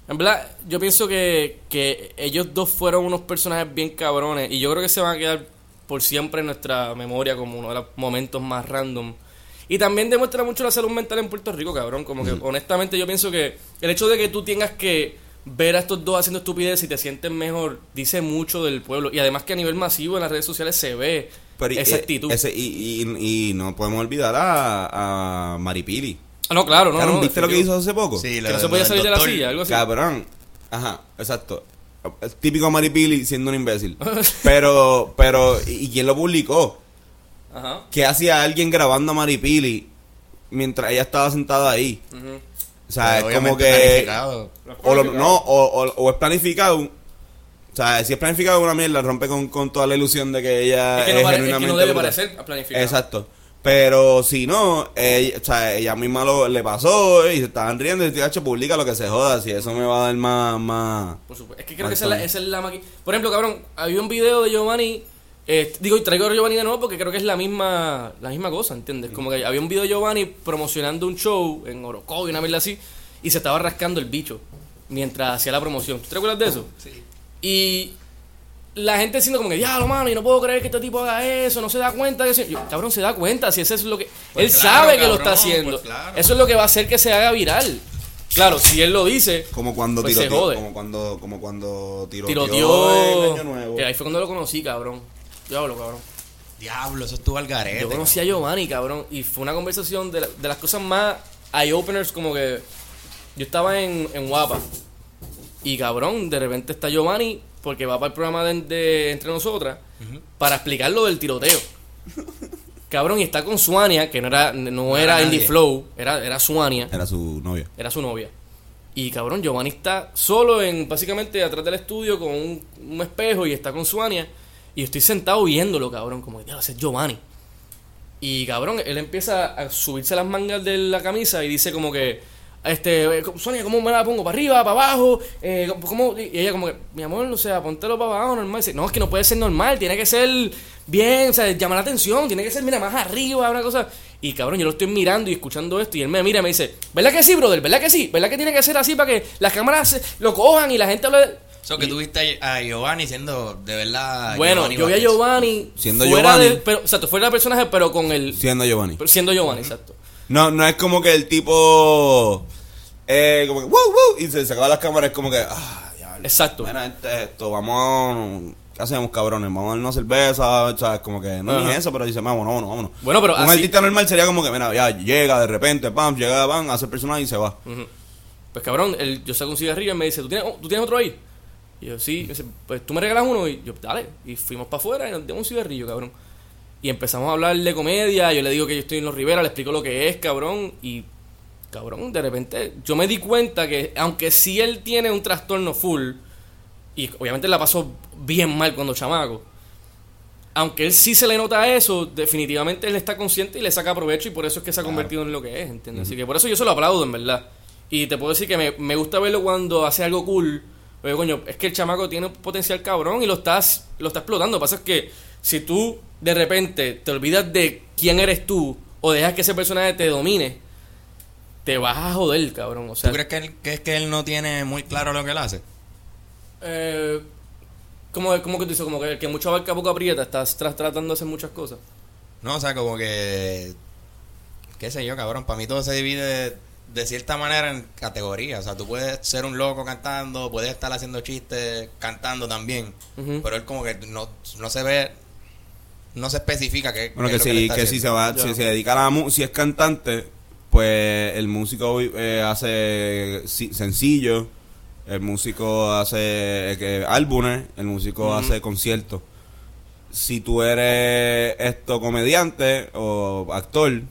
Speaker 2: En verdad, yo pienso que, que ellos dos fueron unos personajes bien cabrones. Y yo creo que se van a quedar por siempre en nuestra memoria como uno de los momentos más random. Y también demuestra mucho la salud mental en Puerto Rico, cabrón. Como que honestamente yo pienso que el hecho de que tú tengas que ver a estos dos haciendo estupidez y te sientes mejor, dice mucho del pueblo. Y además que a nivel masivo en las redes sociales se ve
Speaker 3: y-
Speaker 2: esa
Speaker 3: eh,
Speaker 2: actitud.
Speaker 3: ese- y, y- y no podemos olvidar a, a Maripili.
Speaker 2: Ah, no, claro, no.
Speaker 3: Cabrón,
Speaker 2: no,
Speaker 3: ¿Viste lo que
Speaker 2: definitivo.
Speaker 3: hizo hace poco?
Speaker 1: Sí,
Speaker 2: Que
Speaker 1: lo-
Speaker 2: no se
Speaker 1: lo
Speaker 2: podía
Speaker 1: del
Speaker 2: salir de la
Speaker 1: doctor.
Speaker 2: silla, algo así.
Speaker 3: Cabrón. Ajá, exacto. El típico Maripili siendo un imbécil. pero, pero, ¿y quién lo publicó?
Speaker 2: Ajá.
Speaker 3: ¿Qué hacía alguien grabando a Maripili mientras ella estaba sentada ahí?
Speaker 2: Ujú.
Speaker 3: O sea,
Speaker 1: Pero
Speaker 3: es como
Speaker 1: obviamente
Speaker 3: que.
Speaker 1: planificado.
Speaker 3: O lo- no, o, o- o es planificado. O sea, si es planificado, una mierda rompe con, con toda la ilusión de que ella
Speaker 2: Es que no pare- es que no
Speaker 3: genuinamente
Speaker 2: debe
Speaker 3: brutal.
Speaker 2: parecer planificado.
Speaker 3: Exacto. Pero si no, ella, o sea, ella misma lo, le pasó y se estaban riendo y dice, "Hacho, publica lo que se joda. Si eso me va a dar más. más.
Speaker 2: Por supuesto. Es que creo que esa es
Speaker 3: Maltón.
Speaker 2: la, esa es la maqui- Por ejemplo, cabrón, había un video de Giovanni. eh, digo, y traigo a Giovanni de nuevo porque creo que es la misma, la misma cosa, ¿entiendes? Como que había un video de Giovanni promocionando un show en Oroco y una mierda así, y se estaba rascando el bicho mientras hacía la promoción. ¿Tú te acuerdas de eso? Sí. Y la gente diciendo como que, diablo, mano, y no puedo creer que este tipo haga eso, no se da cuenta. de eso". Yo, cabrón, se da cuenta, si eso es lo que...
Speaker 1: Pues
Speaker 2: él
Speaker 1: claro,
Speaker 2: sabe que lo está
Speaker 1: cabrón,
Speaker 2: haciendo.
Speaker 1: pues claro.
Speaker 2: Eso es lo que va a hacer que se haga viral. Claro, si él lo dice,
Speaker 3: Como cuando
Speaker 2: Pues se
Speaker 3: tiroteó.
Speaker 2: jode.
Speaker 3: Como cuando, como cuando tiroteó. en Año
Speaker 2: tiroteó.
Speaker 3: Nuevo.
Speaker 2: Que ahí fue cuando lo conocí, cabrón. Diablo, cabrón.
Speaker 1: Diablo, eso estuvo al garete.
Speaker 2: Yo conocí a Giovanni, cabrón, y fue una conversación de, la- de las cosas más eye-openers, como que yo estaba en, en Guapa. Y cabrón, de repente está Giovanni, porque va para el programa de, de Entre Nosotras, para explicar lo del tiroteo. Cabrón, y está con Suania, que no era, no era
Speaker 1: nadie.
Speaker 2: Indie Flow, era, era Suania
Speaker 3: Era su novia.
Speaker 2: era su novia. Y cabrón, Giovanni está solo en, básicamente, atrás del estudio con un, un espejo y está con Suania. Y yo estoy sentado viéndolo, cabrón, como que "Diablo, ese es Giovanni. Y cabrón, él empieza a subirse las mangas de la camisa y dice como que, Este, eh, Sonia, ¿cómo me la pongo? ¿Para arriba? ¿Para abajo? Eh, ¿cómo? Y ella como que, mi amor, o sea, póntelo para abajo, normal. Dice, no, es que no puede ser normal, tiene que ser bien, o sea, llamar la atención, tiene que ser, mira, más arriba, una cosa. Y cabrón, yo lo estoy mirando y escuchando esto y él me mira y me dice, ¿verdad que sí, brother? ¿Verdad que sí? ¿Verdad que tiene que ser así para que las cámaras se- lo cojan y la gente lo...
Speaker 1: So, que tuviste a Giovanni siendo de verdad.
Speaker 2: Bueno,
Speaker 1: Giovanni
Speaker 2: yo vi a
Speaker 1: Vázquez.
Speaker 2: Giovanni
Speaker 3: Siendo
Speaker 2: fuera
Speaker 3: Giovanni.
Speaker 2: del- pero, exacto, fuera del personaje, pero con el...
Speaker 3: Siendo Giovanni.
Speaker 2: pero Siendo Giovanni, exacto.
Speaker 3: No, no es como que el tipo. Eh, como que. ¡Wow, wow! Y se sacaba las cámaras. Es como que. ¡Ah, diablo!
Speaker 2: Exacto.
Speaker 3: Bueno, este, esto, vamos. ¿Qué hacemos, cabrones? Vamos a darnos cerveza. O sea, como que. No ni
Speaker 2: Ajá.
Speaker 3: eso, pero dice, vámonos, vámonos, vámonos.
Speaker 2: Bueno, pero
Speaker 3: Un
Speaker 2: así-
Speaker 3: artista normal sería como que, mira, ya llega de repente, pam, llega, pam, hace el personaje y se va.
Speaker 2: Pues cabrón, él- yo saco un cigarrillo y me dice, ¿tú tienes, oh, ¿tú tienes otro ahí? Y yo, sí. Me dice, pues tú me regalas uno. Y yo, dale. Y fuimos para afuera y nos dimos un cigarrillo, cabrón. Y empezamos a hablar de comedia. Yo le digo que yo estoy en Los Rivera, le explico lo que es, cabrón. Y, cabrón, de repente yo me di cuenta que, aunque sí él tiene un trastorno full, y obviamente la pasó bien mal cuando chamaco, aunque él sí se le nota eso, definitivamente él está consciente y le saca provecho y por eso es que se ha convertido en lo que es, ¿entiendes? Así que por eso yo se lo aplaudo, en verdad. Y te puedo decir que me, me gusta verlo cuando hace algo cool. Pero coño, es que el chamaco tiene un potencial cabrón y lo estás, lo estás explotando. Lo que pasa es que si tú de repente te olvidas de quién eres tú o dejas que ese personaje te domine, te vas a joder, cabrón. O sea,
Speaker 1: ¿Tú crees que, él, que es que él no tiene muy claro lo que él hace?
Speaker 2: eh, como, como que tú dices, como que el que mucho abarca poco aprieta, estás tras- tratando de hacer muchas cosas.
Speaker 1: No, o sea, como que. ¿Qué sé yo, cabrón? Para mí todo se divide de cierta manera en categorías. O sea, tú puedes ser un loco cantando, puedes estar haciendo chistes cantando también.
Speaker 2: Ujú.
Speaker 1: Pero él, como que no, no se ve. No se especifica qué.
Speaker 3: Bueno, que,
Speaker 1: qué es lo él
Speaker 3: si,
Speaker 1: está
Speaker 3: que si se
Speaker 1: haciendo.
Speaker 3: va,
Speaker 2: Ya.
Speaker 3: si se dedica a la mu- si es cantante, pues el músico eh, hace si- sencillo, el músico hace eh, que- álbumes, el músico hace conciertos. Si tú eres esto comediante o actor,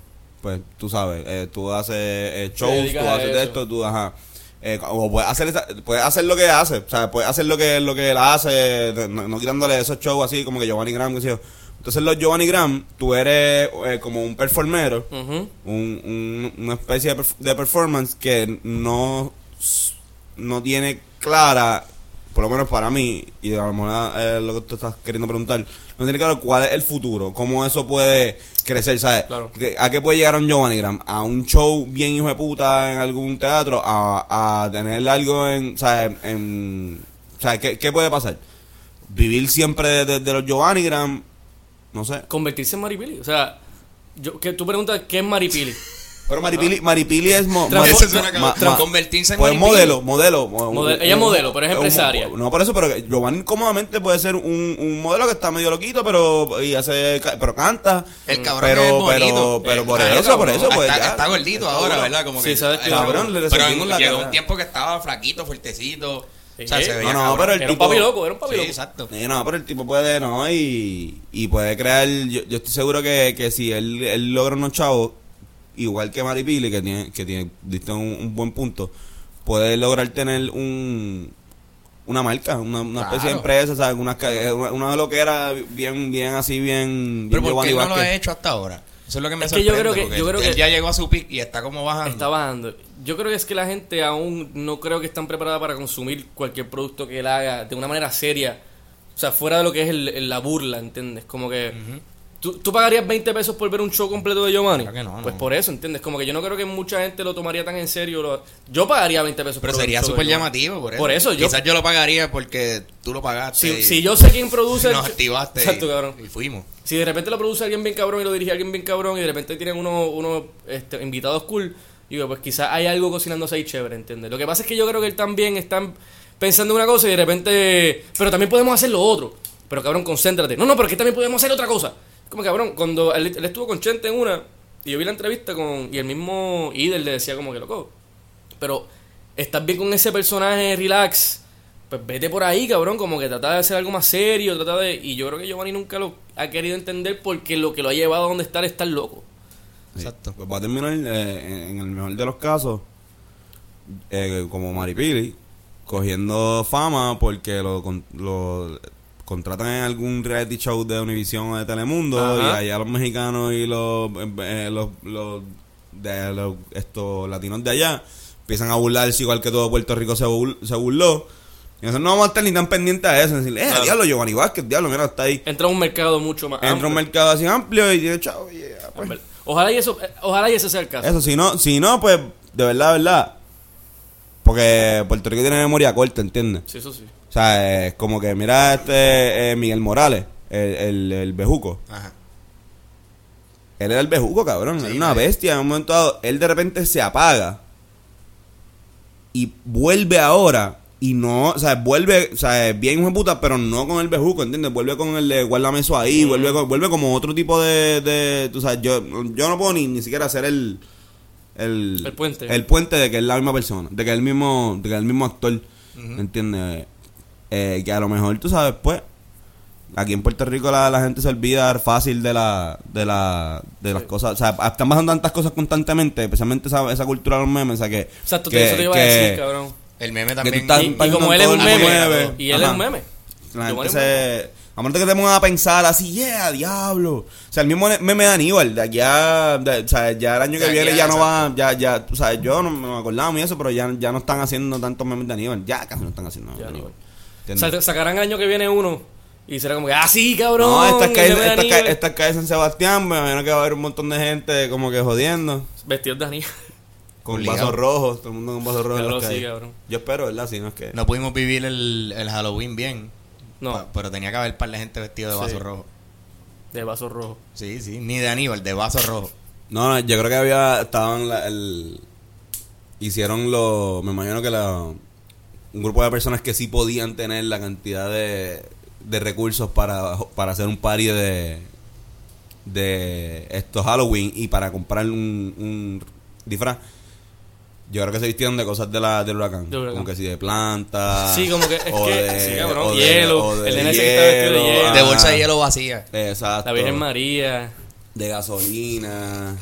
Speaker 3: pues tú sabes, eh, tú haces eh, shows,
Speaker 2: dedicas
Speaker 3: tú
Speaker 2: a
Speaker 3: haces
Speaker 2: eso.
Speaker 3: esto, tú ajá. Eh, o puedes hacer, esa- puedes hacer lo que hace, o sea, puedes hacer lo que, lo que él hace, no, no quitándole esos shows así como que Giovanni Graham, qué sé yo. Entonces los Giovanni Graham, tú eres eh, como un performero,
Speaker 2: Ujú.
Speaker 3: un- un- una especie de, perf- de performance que no, s- no tiene clara, por lo menos para mí, y a lo mejor eh, lo que tú estás queriendo preguntar, no tiene claro cuál es el futuro, cómo eso puede crecer, ¿sabes?
Speaker 2: Claro.
Speaker 3: ¿Qué- ¿A qué puede llegar un Giovanni Graham? ¿A un show bien hijo de puta en algún teatro? ¿A, a tener algo en, ¿sabes? En, ¿sabes? ¿Qué, ¿Qué puede pasar? ¿Vivir siempre de, de- de los Giovanni Graham? No sé.
Speaker 2: convertirse en Maripili. O sea, yo, que tú preguntas qué es Maripili.
Speaker 3: Pero Maripili, Maripili es mo-
Speaker 2: Transfor-
Speaker 3: Maripili-
Speaker 1: Eso suena como- transconvertirse en
Speaker 3: pues
Speaker 1: Maripili.
Speaker 3: modelo, modelo, mo-
Speaker 2: Model- ella es modelo, pero es empresaria.
Speaker 3: No, por eso, pero que Giovanni cómodamente puede ser un, un modelo que está medio loquito, pero y hace ca- pero canta.
Speaker 1: El cabrón
Speaker 3: pero,
Speaker 1: es bonito.
Speaker 3: pero, pero por
Speaker 1: El cabrón,
Speaker 3: eso, por eso, pues
Speaker 1: está,
Speaker 3: ya.
Speaker 1: está gordito
Speaker 3: Está
Speaker 1: ahora,
Speaker 3: gordo.
Speaker 1: ¿verdad? Como
Speaker 2: Sí,
Speaker 1: que.
Speaker 2: sabes que-
Speaker 3: Cabrón, le
Speaker 1: pero
Speaker 3: resolvimos
Speaker 1: en-
Speaker 3: la
Speaker 1: llegó
Speaker 3: cara.
Speaker 1: un tiempo que estaba flaquito, fuertecito. O sea,
Speaker 2: Sí.
Speaker 1: se veía.
Speaker 3: No, no,
Speaker 1: cabrón.
Speaker 3: pero el
Speaker 2: Era un
Speaker 3: tipo-
Speaker 2: papi loco, era un papi
Speaker 1: Sí,
Speaker 2: loco.
Speaker 1: exacto.
Speaker 3: Sí, no, pero el tipo puede, ¿no? Y, y puede crear. Yo, yo estoy seguro que, que si él, él logra unos chavos, igual que Maripili, que tiene, que tiene diste un, un buen punto, puede lograr tener un una marca, una, una especie de
Speaker 1: Claro.
Speaker 3: empresa, ¿sabes? Una, ca- una, una loquera bien, bien así, bien.
Speaker 1: Pero
Speaker 3: bien
Speaker 1: ¿por
Speaker 3: Giovanni
Speaker 1: qué no lo
Speaker 3: Vázquez.
Speaker 1: ha hecho hasta ahora? Eso es lo que me
Speaker 2: Es que yo
Speaker 1: sorprende.
Speaker 2: creo que-
Speaker 1: porque
Speaker 2: yo creo
Speaker 1: él
Speaker 2: que-
Speaker 1: ya llegó a su pick y está como bajando.
Speaker 2: Está bajando. Yo creo que es que la gente aún no creo que están preparada para consumir cualquier producto que él haga de una manera seria. O sea, fuera de lo que es el- el- la burla, ¿entiendes? Como que... ¿tú, tú pagarías 20 pesos por ver un show completo de Giovanni?
Speaker 1: Claro que no,
Speaker 2: pues
Speaker 1: no.
Speaker 2: por eso, ¿entiendes? Como que yo no creo que mucha gente lo tomaría tan en serio. lo- yo pagaría 20 pesos
Speaker 1: Pero
Speaker 2: por ver
Speaker 1: sería
Speaker 2: un show de
Speaker 1: súper
Speaker 2: Giovanni.
Speaker 1: llamativo por eso.
Speaker 2: Por eso yo...
Speaker 1: Quizás yo lo pagaría porque tú lo pagaste.
Speaker 2: si,
Speaker 1: y
Speaker 2: si yo sé quién produce... el-
Speaker 1: Nos activaste
Speaker 2: Exacto,
Speaker 1: y,
Speaker 2: cabrón.
Speaker 1: y fuimos.
Speaker 2: Si de repente lo produce alguien bien cabrón y lo dirige alguien bien cabrón y de repente tienen unos unos este, invitados cool, digo, pues quizás hay algo cocinándose ahí chévere, ¿entiendes? Lo que pasa es que yo creo que él también está pensando una cosa y de repente, pero también podemos hacer lo otro. Pero cabrón, concéntrate. No, no, pero es que también podemos hacer otra cosa. Como cabrón, cuando él, él estuvo con Chente en una y yo vi la entrevista con y el mismo Ider le decía como que loco, pero estás bien con ese personaje relax, pues vete por ahí, cabrón, como que trata de hacer algo más serio, trata de... Y yo creo que Giovanni nunca lo ha querido entender porque lo que lo ha llevado a donde estar es estar loco.
Speaker 1: Exacto.
Speaker 3: Pues va a terminar, eh, en el mejor de los casos, eh, como Maripili, cogiendo fama porque lo, con- lo contratan en algún reality show de Univision o de Telemundo
Speaker 2: Ajá.
Speaker 3: y allá los mexicanos y los, eh, eh, los, los, de, los estos latinos de allá Empiezan a burlarse igual que todo Puerto Rico se, bur- se burló. Y nosotros no vamos a estar ni tan pendientes a eso. Decir, eh,
Speaker 2: Claro. Ah,
Speaker 3: diablo, Giovanni Vázquez, diablo, mira, está ahí.
Speaker 2: Entra a un mercado mucho más
Speaker 3: Entra a un
Speaker 2: amplio.
Speaker 3: mercado así amplio y dice, chao, yeah, pues.
Speaker 2: En verdad. Ojalá y eso, eh, ojalá y ese sea el caso.
Speaker 3: Eso, si no, si no, pues, de verdad, de verdad. Porque Puerto Rico tiene memoria corta, ¿entiendes?
Speaker 2: Sí, eso sí.
Speaker 3: O sea, es como que mira este eh, Miguel Morales, el, el, el bejuco.
Speaker 1: Ajá.
Speaker 3: Él era el bejuco, cabrón.
Speaker 1: Sí,
Speaker 3: era una
Speaker 1: sí.
Speaker 3: bestia. En un momento dado, él de repente se apaga. Y vuelve ahora. Y no, o sea, vuelve, o sea, bien hijo de puta, pero no con el bejuco, ¿entiendes? Vuelve con el de guarda eso ahí, vuelve, con- vuelve como otro tipo de, de tú sabes, yo, yo no puedo ni, ni siquiera hacer el, el,
Speaker 2: El puente.
Speaker 3: el puente de que es la misma persona, de que es el mismo, de que es el mismo actor, ¿entiendes? Eh, que a lo mejor, tú sabes, pues, aquí en Puerto Rico la, la gente se olvida fácil de la de la de las cosas o sea están pasando tantas cosas constantemente especialmente esa, esa cultura de los memes o sea que
Speaker 2: Exacto,
Speaker 3: que-
Speaker 2: eso te iba a
Speaker 3: que-
Speaker 2: decir, cabrón.
Speaker 1: El meme
Speaker 3: que tú
Speaker 1: también.
Speaker 3: estás
Speaker 2: Y- y
Speaker 3: pasando
Speaker 2: como él es
Speaker 3: todo
Speaker 2: un
Speaker 3: el
Speaker 2: meme,
Speaker 3: jueves.
Speaker 2: Y él es
Speaker 3: Ajá.
Speaker 2: un meme.
Speaker 3: la
Speaker 2: Giovanni
Speaker 3: gente
Speaker 2: es un meme.
Speaker 3: se a menos que te pongas a pensar así yeah diablo o sea el mismo meme de Aníbal de aquí a de- o sea ya el año que
Speaker 1: De aquí
Speaker 3: viene
Speaker 1: a-
Speaker 3: ya no va ya ya tú sabes yo no me acordaba muy de eso pero ya, ya no están haciendo tantos memes de Aníbal ya casi no están haciendo memes de
Speaker 2: Ya,
Speaker 3: Aníbal.
Speaker 2: O
Speaker 3: ¿Entiendes?
Speaker 2: sea, te- sacarán el año que viene uno y será como que, ah, sí, cabrón.
Speaker 3: no, estas
Speaker 2: el
Speaker 3: calles,
Speaker 2: meme de
Speaker 3: estas,
Speaker 2: Aníbal.
Speaker 3: calles, estas calles de San Sebastián, me imagino que va a haber un montón de gente como que jodiendo.
Speaker 2: Vestidos de Aníbal.
Speaker 3: Con
Speaker 1: Obligado.
Speaker 3: vasos rojos, todo el mundo con vasos rojos. en
Speaker 2: Cabrón,
Speaker 3: las
Speaker 2: sí,
Speaker 3: calles.
Speaker 2: cabrón.
Speaker 3: Yo espero, ¿verdad? Si no es que.
Speaker 1: No pudimos vivir el, el Halloween bien.
Speaker 2: No.
Speaker 1: pa-
Speaker 3: Ah.
Speaker 1: Pero tenía que haber par de gente vestido de
Speaker 2: Sí.
Speaker 1: vaso rojo.
Speaker 2: De vaso rojo.
Speaker 1: Sí, sí. Ni de Aníbal, de vaso rojo.
Speaker 3: No, no, yo creo que había. Estaban. la- el, hicieron lo. Me imagino que la, un grupo de personas que sí podían tener la cantidad de, de recursos para, para hacer un party de. de estos Halloween y para comprar un, un disfraz. Yo creo que se vistieron de cosas de la, del huracán.
Speaker 2: Del huracán.
Speaker 3: Como que sí, de plantas.
Speaker 2: Sí, como que- es
Speaker 3: o
Speaker 2: que-
Speaker 3: de-
Speaker 2: sí, cabrón,
Speaker 3: o de-
Speaker 2: hielo,
Speaker 3: o de
Speaker 2: el nene ese que está vestido de hielo.
Speaker 3: ajá.
Speaker 1: De bolsa de hielo vacía.
Speaker 3: Exacto.
Speaker 2: La Virgen María.
Speaker 3: De gasolina.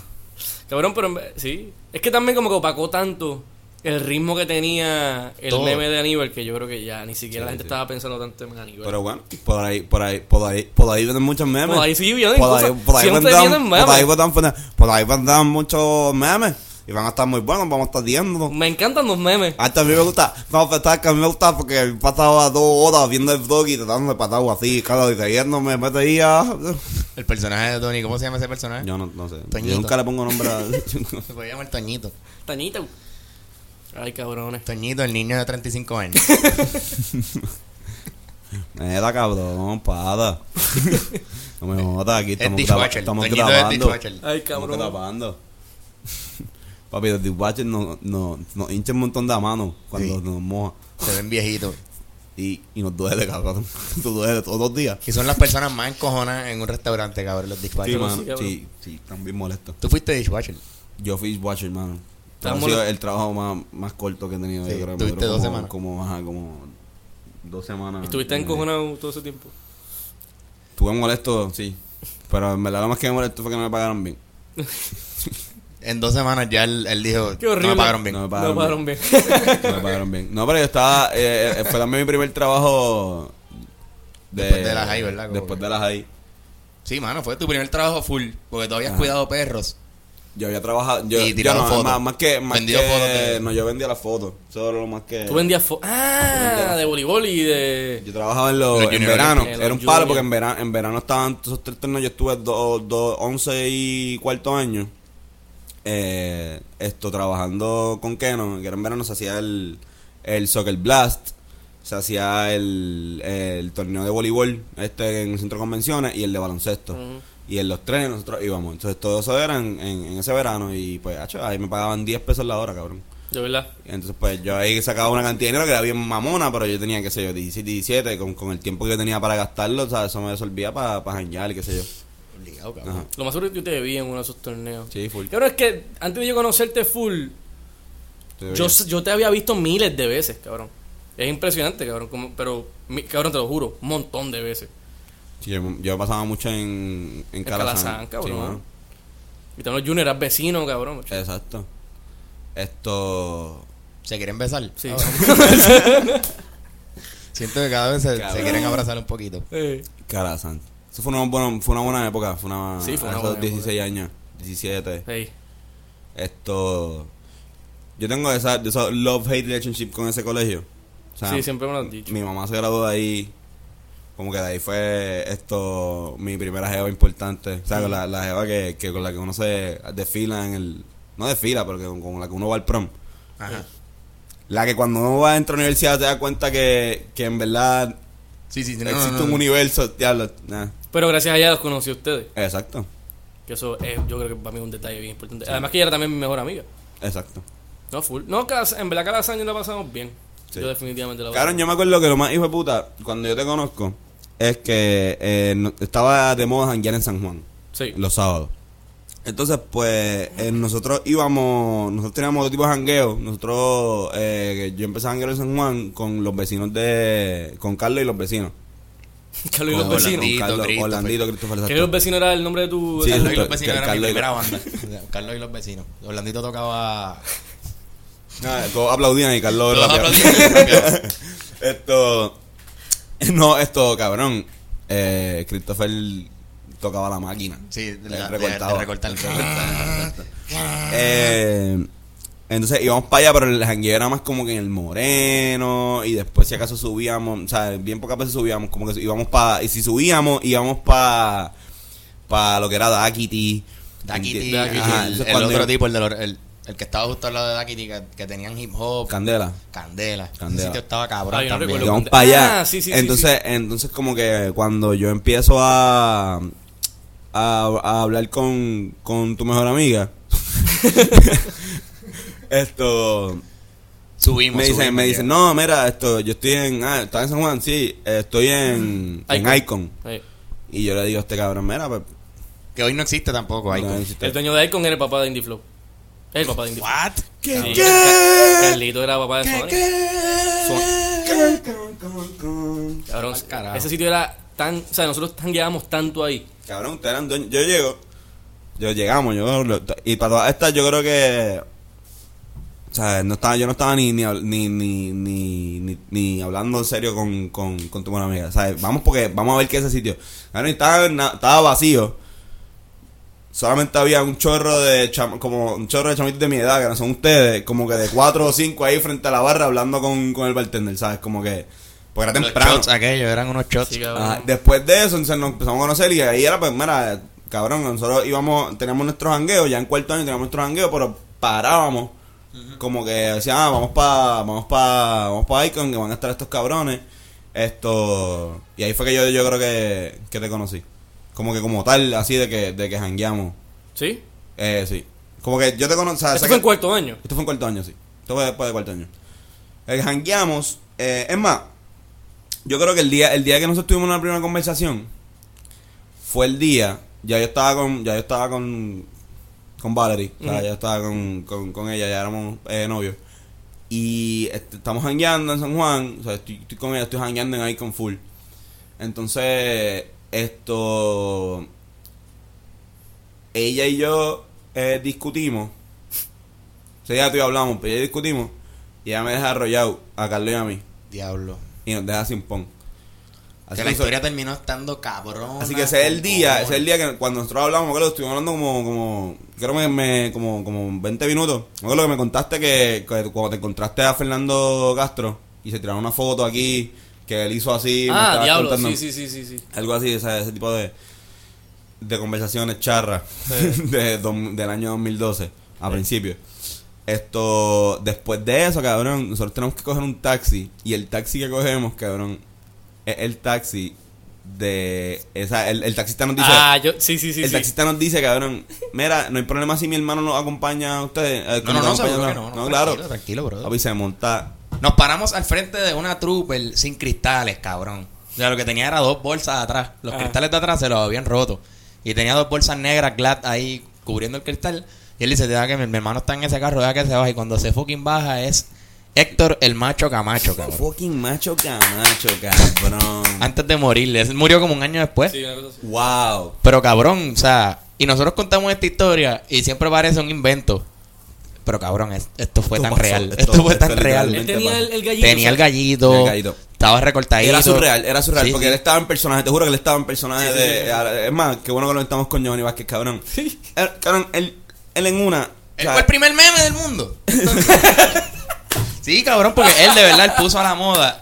Speaker 2: Cabrón, pero en ve- sí. Es que también como que opacó tanto el ritmo que tenía el
Speaker 1: Todo.
Speaker 2: meme de Aníbal que yo creo que ya ni siquiera la gente
Speaker 3: sí.
Speaker 2: estaba pensando tanto en Aníbal.
Speaker 3: Pero bueno, por ahí, por ahí, por ahí, por ahí venden muchos memes.
Speaker 2: Por ahí sí vienen
Speaker 3: por ahí,
Speaker 2: cosas.
Speaker 3: por ahí
Speaker 2: Siempre
Speaker 3: vendrán-
Speaker 2: vienen memes.
Speaker 3: Por ahí vendrán- por ahí- por ahí vendrán muchos memes. Y van a estar muy buenos, vamos a estar viendo.
Speaker 2: Me encantan los memes.
Speaker 3: Hasta a mí me gusta, no, pero sabes que a mí me gusta porque pasaba dos horas viendo el vlog y tratando de pasar algo así, claro, y riéndome, me reía.
Speaker 2: ¿Eh?
Speaker 1: El personaje de Tony, ¿cómo se llama ese personaje?
Speaker 3: Yo no, no sé,
Speaker 1: Toñito.
Speaker 3: yo nunca le pongo nombre a...
Speaker 1: Se podía llamar Toñito.
Speaker 2: Tañita. Ay, cabrones.
Speaker 1: Toñito, el niño de 35 años.
Speaker 3: Mira, cabrón, para. No me jodas, aquí estamos, graba-
Speaker 1: dishwasher,
Speaker 3: estamos
Speaker 1: Toñito es
Speaker 3: grabando.
Speaker 1: dishwasher.
Speaker 2: Ay,
Speaker 3: Estamos
Speaker 2: cabrón.
Speaker 3: grabando. Papi, los dishwashers nos no, no hincha un montón de manos cuando
Speaker 1: Sí.
Speaker 3: nos moja.
Speaker 1: Se ven viejitos.
Speaker 3: Y, y nos duele, cabrón. Nos duele todos los días.
Speaker 1: Y son las personas más encojonadas en un restaurante, cabrón, los
Speaker 3: Sí,
Speaker 1: dishwashers.
Speaker 3: mano.
Speaker 2: cabrón.
Speaker 3: Sí, sí, también molesto.
Speaker 1: Tú fuiste dishwasher.
Speaker 3: Yo fui dishwasher, mano.
Speaker 2: Estás
Speaker 3: Ha sido
Speaker 2: molesto.
Speaker 3: el trabajo más, más corto que he tenido,
Speaker 1: Sí,
Speaker 3: yo creo. Me
Speaker 1: tuviste
Speaker 3: duró
Speaker 1: dos
Speaker 3: como-
Speaker 1: semanas.
Speaker 3: Como, ajá, como dos semanas.
Speaker 2: Estuviste encojonado todo ese tiempo.
Speaker 3: Estuve molesto, sí. Pero en verdad lo más que me molestó fue que no me pagaron bien.
Speaker 1: En dos semanas ya él, él dijo,
Speaker 2: Qué horrible.
Speaker 1: no me pagaron bien.
Speaker 3: No me pagaron
Speaker 2: No
Speaker 3: bien.
Speaker 2: pararon bien.
Speaker 3: Me pagaron bien. No, pero yo estaba. eh, eh, fue también mi primer trabajo.
Speaker 1: Después de la high, ¿verdad? Como
Speaker 3: Después
Speaker 1: que-
Speaker 3: de las high.
Speaker 1: Sí, mano, fue tu primer trabajo full, porque tú habías
Speaker 3: Ajá.
Speaker 1: cuidado perros.
Speaker 3: Yo había trabajado. Yo,
Speaker 1: Y
Speaker 3: yo
Speaker 1: tirado
Speaker 3: no,
Speaker 1: fotos.
Speaker 3: Más, más que. Más
Speaker 1: Vendido
Speaker 3: que-
Speaker 1: fotos de-
Speaker 3: No, yo vendía las fotos. Eso era lo más que.
Speaker 2: Tú vendías fo- Ah, de voleibol y de.
Speaker 3: Yo trabajaba en, los,
Speaker 1: Los
Speaker 3: en
Speaker 1: juniors.
Speaker 3: verano.
Speaker 2: En los
Speaker 3: Era un
Speaker 2: juniors.
Speaker 3: palo porque en verano, en verano estaban esos tres turnos. Yo estuve dos, dos, 11 y cuarto año. Eh, esto trabajando con Keno. Que era en verano se hacía el, el Soccer Blast. Se hacía el, el torneo de voleibol este en el centro de convenciones y el de baloncesto.
Speaker 2: Ujú.
Speaker 3: Y en los trenes nosotros íbamos. Entonces todo eso era en, en- en ese verano. Y pues, hacho, ahí me pagaban 10 pesos la hora, cabrón.
Speaker 2: De verdad.
Speaker 3: Entonces, pues yo ahí sacaba una cantidad de dinero que era bien mamona, pero yo tenía, qué sé yo, 17, 17, con, con el tiempo que yo tenía para gastarlo, o sea, eso me resolvía para pa janguear y qué sé yo.
Speaker 1: Obligado, cabrón.
Speaker 3: Ajá.
Speaker 2: Lo más seguro es que yo te vi en uno de esos torneos.
Speaker 3: Sí, full.
Speaker 2: Cabrón, es que antes de yo conocerte full,
Speaker 3: Te
Speaker 2: yo,
Speaker 3: veía.
Speaker 2: yo te había visto miles de veces, cabrón. Es impresionante, cabrón. como- pero, mi- cabrón, te lo juro, un montón de veces.
Speaker 3: Sí, yo, yo pasaba mucho en, en, Calazán.
Speaker 2: Calazán, cabrón.
Speaker 3: Sí, mano.
Speaker 2: Y también los juniors, eras vecino, cabrón.
Speaker 3: Exacto. Esto...
Speaker 1: ¿Se quieren besar?
Speaker 2: Sí.
Speaker 1: Ah, bueno. Siento que cada vez se, se
Speaker 3: Cabrón.
Speaker 1: quieren abrazar un poquito.
Speaker 2: Eh,
Speaker 3: Calazán. Eso fue una, buena, fue una buena época, fue una...
Speaker 2: Sí, fue una
Speaker 3: esos
Speaker 2: buena época.
Speaker 3: 16 años, 17.
Speaker 2: ey.
Speaker 3: Esto... Yo tengo esa, esa love-hate relationship con ese colegio. O sea,
Speaker 2: sí, siempre me lo han dicho.
Speaker 3: Ah, mi mamá se graduó de ahí. Como que de ahí fue esto, mi primera jeva importante. O sea, con la, la jeva que, que con la que uno se desfila en el. No desfila, pero que con, con la que uno va al prom.
Speaker 1: Ajá.
Speaker 3: La que cuando uno va dentro de la universidad te das cuenta que, que en verdad
Speaker 1: Sí, sí, sí, no,
Speaker 3: existe
Speaker 1: no, no.
Speaker 3: un universo. Diablo. nah,
Speaker 2: Pero gracias a ella los conocí a ustedes.
Speaker 3: Exacto,
Speaker 2: Que eso es, yo creo que para mí es un detalle bien importante. Además que ella era también mi mejor amiga.
Speaker 3: exacto.
Speaker 2: No, full. No, cada- en verdad cada año la pasamos bien.
Speaker 3: Sí.
Speaker 2: Yo definitivamente la
Speaker 3: Cabrón, yo me acuerdo que lo más hijo de puta, cuando yo te conozco, es que eh, no- estaba de moda janguear en San Juan.
Speaker 2: Sí.
Speaker 3: los sábados. Entonces, pues, eh, nosotros íbamos, nosotros teníamos dos tipos de jangueo. Nosotros, eh, yo empecé a janguear en San Juan con los vecinos de, con Carlos y los vecinos.
Speaker 2: Carlos y los
Speaker 3: Con-
Speaker 2: vecinos.
Speaker 3: con Carlos,
Speaker 1: Orlandito,
Speaker 3: Orlandito, Christopher,
Speaker 2: Carlos y
Speaker 3: exacto.
Speaker 2: los vecinos era el nombre de tu...
Speaker 3: Sí,
Speaker 2: de-
Speaker 1: Carlos y los
Speaker 3: Carlos-
Speaker 1: vecinos era mi
Speaker 3: Carlos-
Speaker 1: primera banda. Carlos y los vecinos. Orlandito tocaba.
Speaker 3: Ah, todos aplaudían y Carlos
Speaker 1: Todos
Speaker 3: rapeaba.
Speaker 1: aplaudían, rapeaba.
Speaker 3: Esto, no, esto, cabrón. Eh, Christopher tocaba la máquina.
Speaker 1: Sí, de-
Speaker 3: Eh,
Speaker 1: de-
Speaker 3: recortaba.
Speaker 1: de recortar. Ah.
Speaker 3: Eh, entonces íbamos para allá, pero el jangueo era más como que en el Moreno. Y después, si acaso subíamos, o sea, bien pocas veces subíamos, como que íbamos para. Y si subíamos, íbamos para. Para lo que era Dakiti.
Speaker 1: Daquiti,
Speaker 3: Enti-
Speaker 2: Dakiti.
Speaker 3: Ajá,
Speaker 1: ajá, el,
Speaker 3: entonces
Speaker 1: el
Speaker 3: cuando
Speaker 1: otro
Speaker 3: yo-
Speaker 1: tipo, el, de los- el, el que estaba justo al lado de Daquiti, que, que tenían hip hop,
Speaker 3: Candela.
Speaker 1: candela. Ese
Speaker 3: Candela.
Speaker 1: sitio estaba cabrón.
Speaker 2: Ah, yo no
Speaker 1: también.
Speaker 2: recuerdo.
Speaker 3: Íbamos
Speaker 2: Ah,
Speaker 3: para allá.
Speaker 2: sí, sí, sí,
Speaker 3: entonces, entonces, como que cuando yo empiezo a. A, a hablar con, con tu mejor amiga. Esto.
Speaker 1: Subimos.
Speaker 3: me dicen,
Speaker 1: subimos,
Speaker 3: me
Speaker 1: ya.
Speaker 3: dicen, no, mira, esto, yo estoy en, ah, ¿estás en San Juan? Sí, eh, estoy en, en Icon.
Speaker 2: Sí.
Speaker 3: Y yo le digo a este cabrón, mira, pues,
Speaker 1: Que hoy no existe tampoco. Icon.
Speaker 3: no necesito-
Speaker 2: El dueño de Icon era el papá de Indie Flow. Es El papá de Indie Flow.
Speaker 1: What?
Speaker 3: ¿Qué?
Speaker 2: Sí,
Speaker 3: ¿Qué?
Speaker 2: Car- Carlito era papá de
Speaker 1: ¿Qué,
Speaker 2: Sony.
Speaker 3: ¿Qué? Cabrón, cabrón.
Speaker 2: Cabrón,
Speaker 1: Al carajo.
Speaker 2: ese sitio era tan... O sea, nosotros tangueábamos tanto ahí.
Speaker 3: Cabrón, ustedes eran dueños. Yo llego, yo llegamos, yo, lo- y para todas estas yo creo que, o sea, no estaba, yo no estaba ni, ni, hab- ni, ni, ni, ni- ni hablando en serio con, con, con tu buena amiga, o sea, vamos porque, vamos a ver qué es ese sitio. Cabrón, y estaba, na- estaba vacío. Solamente había un chorro de cham- como un chorro de chamitos de mi edad, que no son ustedes, como que de cuatro o cinco ahí frente a la barra hablando con, con el bartender, ¿sabes? Como que. Porque era
Speaker 1: Los
Speaker 3: temprano.
Speaker 1: shots aquellos eran unos shots.
Speaker 2: Sí, cabrón.
Speaker 3: Ajá, Ah, Después de eso, entonces nos empezamos a conocer y ahí era, pues, mira, cabrón, nosotros íbamos, teníamos nuestros jangueos, ya en cuarto año teníamos nuestros jangueos, pero parábamos. Como que decían, ah, vamos para vamos pa, vamos pa Icon, que van a estar estos cabrones. Esto. Y ahí fue que yo, yo creo que, que te conocí. Como que como tal, así de que, de que jangueamos.
Speaker 2: ¿Sí?
Speaker 3: Eh, sí. Como que yo te conocí. o sea,
Speaker 2: Eso
Speaker 3: sé
Speaker 2: fue en
Speaker 3: que-
Speaker 2: cuarto año.
Speaker 3: esto fue en cuarto año, sí. Esto fue después de cuarto año. Eh, jangueamos. eh, es más, yo creo que el día, el día que nosotros tuvimos una primera conversación fue el día. Ya yo estaba con. Ya yo estaba con. Con Valerie. O sea,
Speaker 2: Ujú.
Speaker 3: ya estaba con, con, con ella, ya éramos eh, novios. Y este, estamos jangueando en San Juan. O sea, estoy, estoy con ella, estoy jangueando en Icon Full. Entonces, esto. Ella y yo eh, discutimos. O sea, ya tú y yo hablamos, pero ya discutimos. Y ella me deja arrollado a Carlos y a mí.
Speaker 1: Diablo.
Speaker 3: Y nos deja sin pon.
Speaker 1: Que
Speaker 3: Así
Speaker 1: la
Speaker 3: que, eso-
Speaker 1: historia terminó estando cabrón.
Speaker 3: así que ese es el día, ese es el día que cuando nosotros hablamos, me acuerdo, estuvimos hablando como, como, creo que me, como, como 20 minutos. Me acuerdo que me contaste que, que cuando te encontraste a Fernando Castro y se tiraron una foto aquí, que él hizo así. me
Speaker 2: ah,
Speaker 3: estabas
Speaker 2: diablo.
Speaker 3: contando.
Speaker 2: Sí, sí, sí, sí, sí.
Speaker 3: Algo así, esa- ese tipo de, de conversaciones charras de dos- del año 2012, a principio. Esto, después de eso, cabrón, nosotros tenemos que coger un taxi. Y el taxi que cogemos, cabrón, es el taxi de. Esa, el, el taxista nos dice.
Speaker 2: Ah, yo... Sí, sí, sí,
Speaker 3: el
Speaker 2: sí.
Speaker 3: taxista nos dice, cabrón, mira, no hay problema si mi hermano nos acompaña a ustedes. eh,
Speaker 1: No,
Speaker 3: que
Speaker 1: no,
Speaker 3: nos
Speaker 1: no,
Speaker 3: acompaña,
Speaker 1: seguro que
Speaker 3: no,
Speaker 1: no.
Speaker 3: no, claro.
Speaker 1: Tranquilo, tranquilo, brother.
Speaker 3: Papi, se monta.
Speaker 1: Nos paramos al frente de una trooper sin cristales, cabrón. O sea, lo que tenía era dos bolsas de atrás.
Speaker 3: Ah.
Speaker 1: Los
Speaker 2: Ajá.
Speaker 1: cristales de atrás se los habían roto. Y tenía dos bolsas negras Glad ahí cubriendo el cristal. Y él dice, deja que mi, mi hermano está en ese carro, deja que se baje. Y cuando se fucking baja es Héctor el macho Camacho, cabrón.
Speaker 3: Fucking macho camacho, cabrón.
Speaker 1: Antes de morirle. Él murió como un año después.
Speaker 2: Sí, una cosa así.
Speaker 3: Wow.
Speaker 1: Pero cabrón, o sea, y nosotros contamos esta historia y siempre parece un invento. Pero cabrón, es- esto fue
Speaker 3: Esto
Speaker 1: tan
Speaker 3: pasó,
Speaker 1: real.
Speaker 3: esto-
Speaker 1: Esto, fue tan
Speaker 3: esto
Speaker 1: real.
Speaker 2: Él
Speaker 3: literalmente
Speaker 2: tenía
Speaker 3: pasó.
Speaker 2: el, el gallito.
Speaker 1: Tenía el
Speaker 2: ¿sabes?
Speaker 1: gallito,
Speaker 3: El gallito.
Speaker 1: Estaba recortadito.
Speaker 3: Era surreal, era surreal,
Speaker 1: Sí,
Speaker 3: porque
Speaker 1: sí.
Speaker 3: él estaba en personaje, te juro que él estaba en personaje
Speaker 2: Sí, sí,
Speaker 3: de...
Speaker 2: sí, sí.
Speaker 3: ahora, Es más, qué bueno que lo estamos con Giovanni Vázquez, cabrón. Eh, Cabrón, él, él en una...
Speaker 1: Él fue el pues, primer meme del mundo. Entonces- sí, cabrón, porque él de verdad él puso a la moda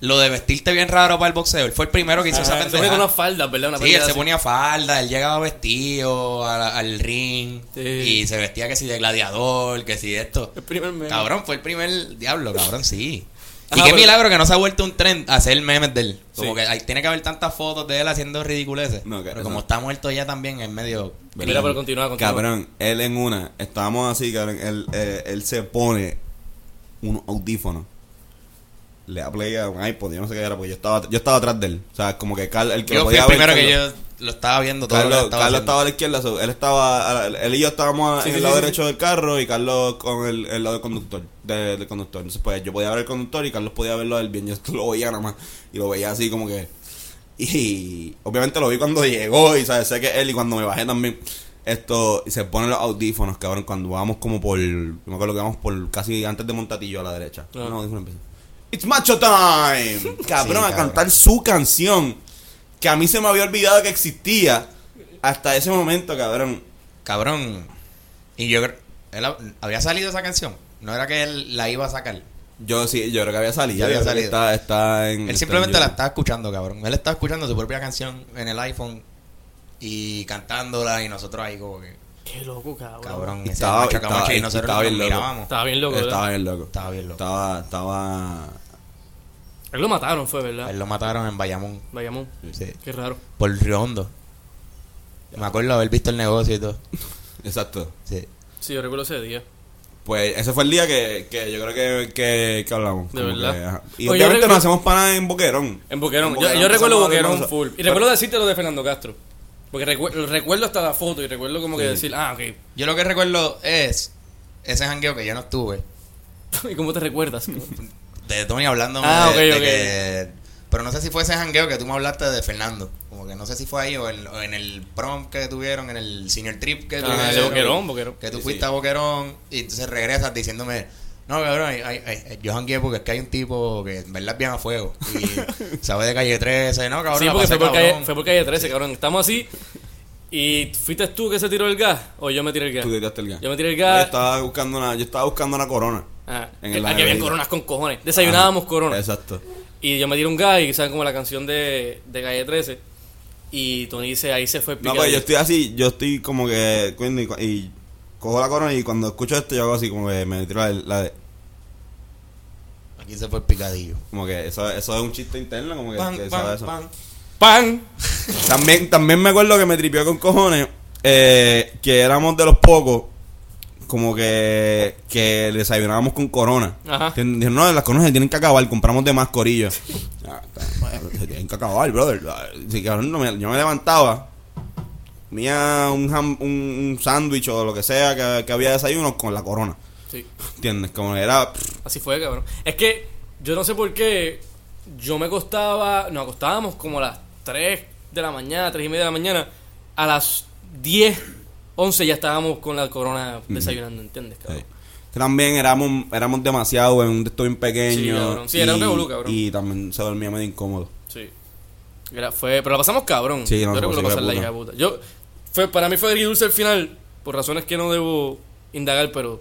Speaker 1: lo de vestirte bien raro para el boxeo. Él fue el primero que hizo esa
Speaker 2: Ah, Se pone con
Speaker 1: pendejada.
Speaker 2: unas faldas, ¿verdad? Una
Speaker 1: Sí, él
Speaker 2: pendejada
Speaker 1: se
Speaker 2: así.
Speaker 1: ponía falda, él llegaba vestido a la- al ring
Speaker 2: Sí.
Speaker 1: y se vestía que si de gladiador, que si esto.
Speaker 2: El primer meme.
Speaker 1: Cabrón, fue el primer diablo, cabrón, sí. Y
Speaker 2: Ajá,
Speaker 1: qué
Speaker 2: pero-
Speaker 1: milagro que no se ha vuelto un trend hacer memes de él. Como
Speaker 2: Sí.
Speaker 1: que ahí tiene que haber tantas fotos de él haciendo ridiculeces.
Speaker 3: No, que-
Speaker 1: pero
Speaker 3: no.
Speaker 1: como está muerto ya también, es medio.
Speaker 2: Mira, pero continúa, continúa.
Speaker 3: Cabrón, él en una, estábamos así, cabrón, él, eh, él se pone un audífono. Le da play a un iPod, yo no sé qué era, porque yo estaba, yo estaba atrás de él. O sea, como que Carl, el que
Speaker 1: Yo
Speaker 3: lo
Speaker 1: fui
Speaker 3: podía
Speaker 1: el
Speaker 3: ver,
Speaker 1: primero que
Speaker 3: Carlos-
Speaker 1: yo lo estaba viendo todo
Speaker 3: Carlos,
Speaker 1: lo que estaba
Speaker 3: Carlos
Speaker 1: haciendo.
Speaker 3: estaba a la izquierda, so, él estaba, a la- él y yo estábamos
Speaker 2: Sí,
Speaker 3: en
Speaker 2: sí,
Speaker 3: el lado
Speaker 2: sí, sí.
Speaker 3: derecho del carro y Carlos con el, el lado del conductor, de- del conductor. Entonces pues yo podía ver el conductor y Carlos podía verlo del bien, yo lo veía nada más y lo veía así como que y obviamente lo vi cuando llegó y sabes sé que él y cuando me bajé también esto y se ponen los audífonos cabrón cuando vamos como por yo me acuerdo que vamos por casi antes de Montatillo a la derecha
Speaker 2: Ah.
Speaker 3: No, audífono empieza, It's Macho Time cabrón a
Speaker 1: cabrón.
Speaker 3: cantar su canción que a mí se me había olvidado que existía hasta ese momento, cabrón.
Speaker 1: Cabrón. Y yo creo. él ha- había salido esa canción. No era que él la iba a
Speaker 3: Mm,
Speaker 1: sacar.
Speaker 3: Yo sí, yo creo que había salido.
Speaker 1: Ya había
Speaker 3: yo creo que
Speaker 1: salido.
Speaker 3: Está, está en. este
Speaker 1: Él
Speaker 3: está en
Speaker 1: simplemente la
Speaker 3: YouTube.
Speaker 1: estaba escuchando, cabrón. Él estaba escuchando su propia canción en el iPhone y cantándola y nosotros ahí como que,
Speaker 2: Qué loco, cabrón.
Speaker 1: cabrón,
Speaker 3: Y
Speaker 1: ese
Speaker 3: estaba-
Speaker 1: macho
Speaker 3: estaba-
Speaker 1: camacho, y
Speaker 3: y
Speaker 1: nosotros
Speaker 3: estaba
Speaker 1: nos
Speaker 3: bien loco.
Speaker 1: mirábamos.
Speaker 2: Estaba bien loco,
Speaker 3: Estaba
Speaker 2: ¿verdad?
Speaker 3: bien loco.
Speaker 1: Estaba bien loco.
Speaker 3: Estaba. estaba...
Speaker 2: Él lo mataron, fue,
Speaker 1: A Él
Speaker 2: ¿verdad?
Speaker 1: Pues lo mataron en Bayamón,
Speaker 2: Bayamón.
Speaker 1: sí,
Speaker 2: Qué raro.
Speaker 1: por Río Hondo. Me acuerdo haber visto el negocio y todo.
Speaker 3: Exacto.
Speaker 1: Sí.
Speaker 2: Sí, yo recuerdo ese día.
Speaker 3: Pues ese fue el día que, que yo creo que, que, que hablamos.
Speaker 2: De
Speaker 3: Como
Speaker 2: verdad.
Speaker 3: que, ajá. y
Speaker 2: Oye, yo
Speaker 3: obviamente
Speaker 2: recuerdo-
Speaker 3: nos hacemos panas en Boquerón.
Speaker 2: En Boquerón.
Speaker 3: En
Speaker 2: Yo, yo recuerdo
Speaker 3: empezamos a hablar
Speaker 2: Boquerón
Speaker 3: más.
Speaker 2: full. Y recuerdo decirte lo de Fernando Castro. Porque recuerdo, recuerdo hasta la foto y recuerdo como que
Speaker 3: Sí.
Speaker 2: decir, ah, ok.
Speaker 1: Yo lo que recuerdo es ese jangueo que yo no estuve.
Speaker 2: ¿Y cómo te recuerdas?
Speaker 1: De Tony hablando
Speaker 2: Ah,
Speaker 1: de,
Speaker 2: ok,
Speaker 1: de que... Pero no sé si fue ese jangueo que tú me hablaste de Fernando. Como que no sé si fue ahí o, en- o en el prom que tuvieron, en el senior trip que
Speaker 2: Ah,
Speaker 1: tuvieron.
Speaker 2: de Boquerón, Boquerón.
Speaker 1: Que tú
Speaker 3: Sí,
Speaker 1: fuiste
Speaker 3: sí.
Speaker 1: a Boquerón y entonces regresas diciéndome... No, cabrón, hay- hay- hay- yo jangueé porque es que hay un tipo que en verdad es bien a fuego. Y sabe de calle 13. No, cabrón,
Speaker 2: sí,
Speaker 1: la
Speaker 2: porque
Speaker 1: pasé
Speaker 2: fue por,
Speaker 1: cabrón.
Speaker 2: calle, fue por calle 13, cabrón. Estamos así. ¿Y fuiste tú que se tiró el gas? ¿O yo me tiré el gas?
Speaker 3: Tú tiraste el gas.
Speaker 2: Yo me tiré el
Speaker 3: Yo
Speaker 2: gas.
Speaker 3: estaba buscando una, yo estaba buscando una corona.
Speaker 2: Ah,
Speaker 3: en
Speaker 2: que-
Speaker 3: el
Speaker 2: aquí habían
Speaker 3: Ajá.
Speaker 2: coronas con cojones. Desayunábamos
Speaker 3: Ajá.
Speaker 2: coronas.
Speaker 3: Exacto.
Speaker 2: Y yo me tiré un gas y saben como la canción de, de calle 13. Y Tony dice, ahí se fue
Speaker 3: No,
Speaker 2: picadillo.
Speaker 3: pues yo estoy así, yo estoy como que. coño, Y, y cojo la corona y cuando escucho esto, yo hago así como que me tiro la, la de.
Speaker 1: Aquí se fue el picadillo.
Speaker 3: Como que eso, eso es un chiste interno, como que,
Speaker 1: Pan,
Speaker 3: que
Speaker 1: pan,
Speaker 3: Este, sabe eso.
Speaker 1: pan.
Speaker 2: ¡Pan!
Speaker 3: También, también me acuerdo que me tripió con cojones eh, que éramos de los pocos, como que, que desayunábamos con corona.
Speaker 2: Ajá.
Speaker 3: Tien- Dijeron, no, las coronas se tienen que acabar, compramos de más corillos. Ah, está, bueno, se tienen que acabar, brother. Ah, sí, cabrón, no me- yo me levantaba, comía un, ham- un, un sándwich o lo que sea que, que había de desayuno con la corona.
Speaker 2: Sí.
Speaker 3: ¿Entiendes? Como era.
Speaker 2: Así fue, cabrón. Es que yo no sé por qué yo me acostaba, nos acostábamos como a las 3 de la mañana, 3 y media de la mañana. A las 10, 11 ya estábamos con la corona desayunando, ¿entiendes, cabrón?
Speaker 3: Sí. Que También éramos, éramos demasiado en un texto bien pequeño.
Speaker 2: Sí, cabrón. Sí, era un revolú, cabrón.
Speaker 3: Y también se dormía medio incómodo.
Speaker 2: Sí. Era- fue, pero la pasamos cabrón.
Speaker 3: Sí,
Speaker 2: yo
Speaker 3: no,
Speaker 2: recuerdo
Speaker 3: sí, de
Speaker 2: pasar la
Speaker 3: puta.
Speaker 2: hija de puta. Yo, fue, para mí fue agridulce el final, por razones que no debo indagar, pero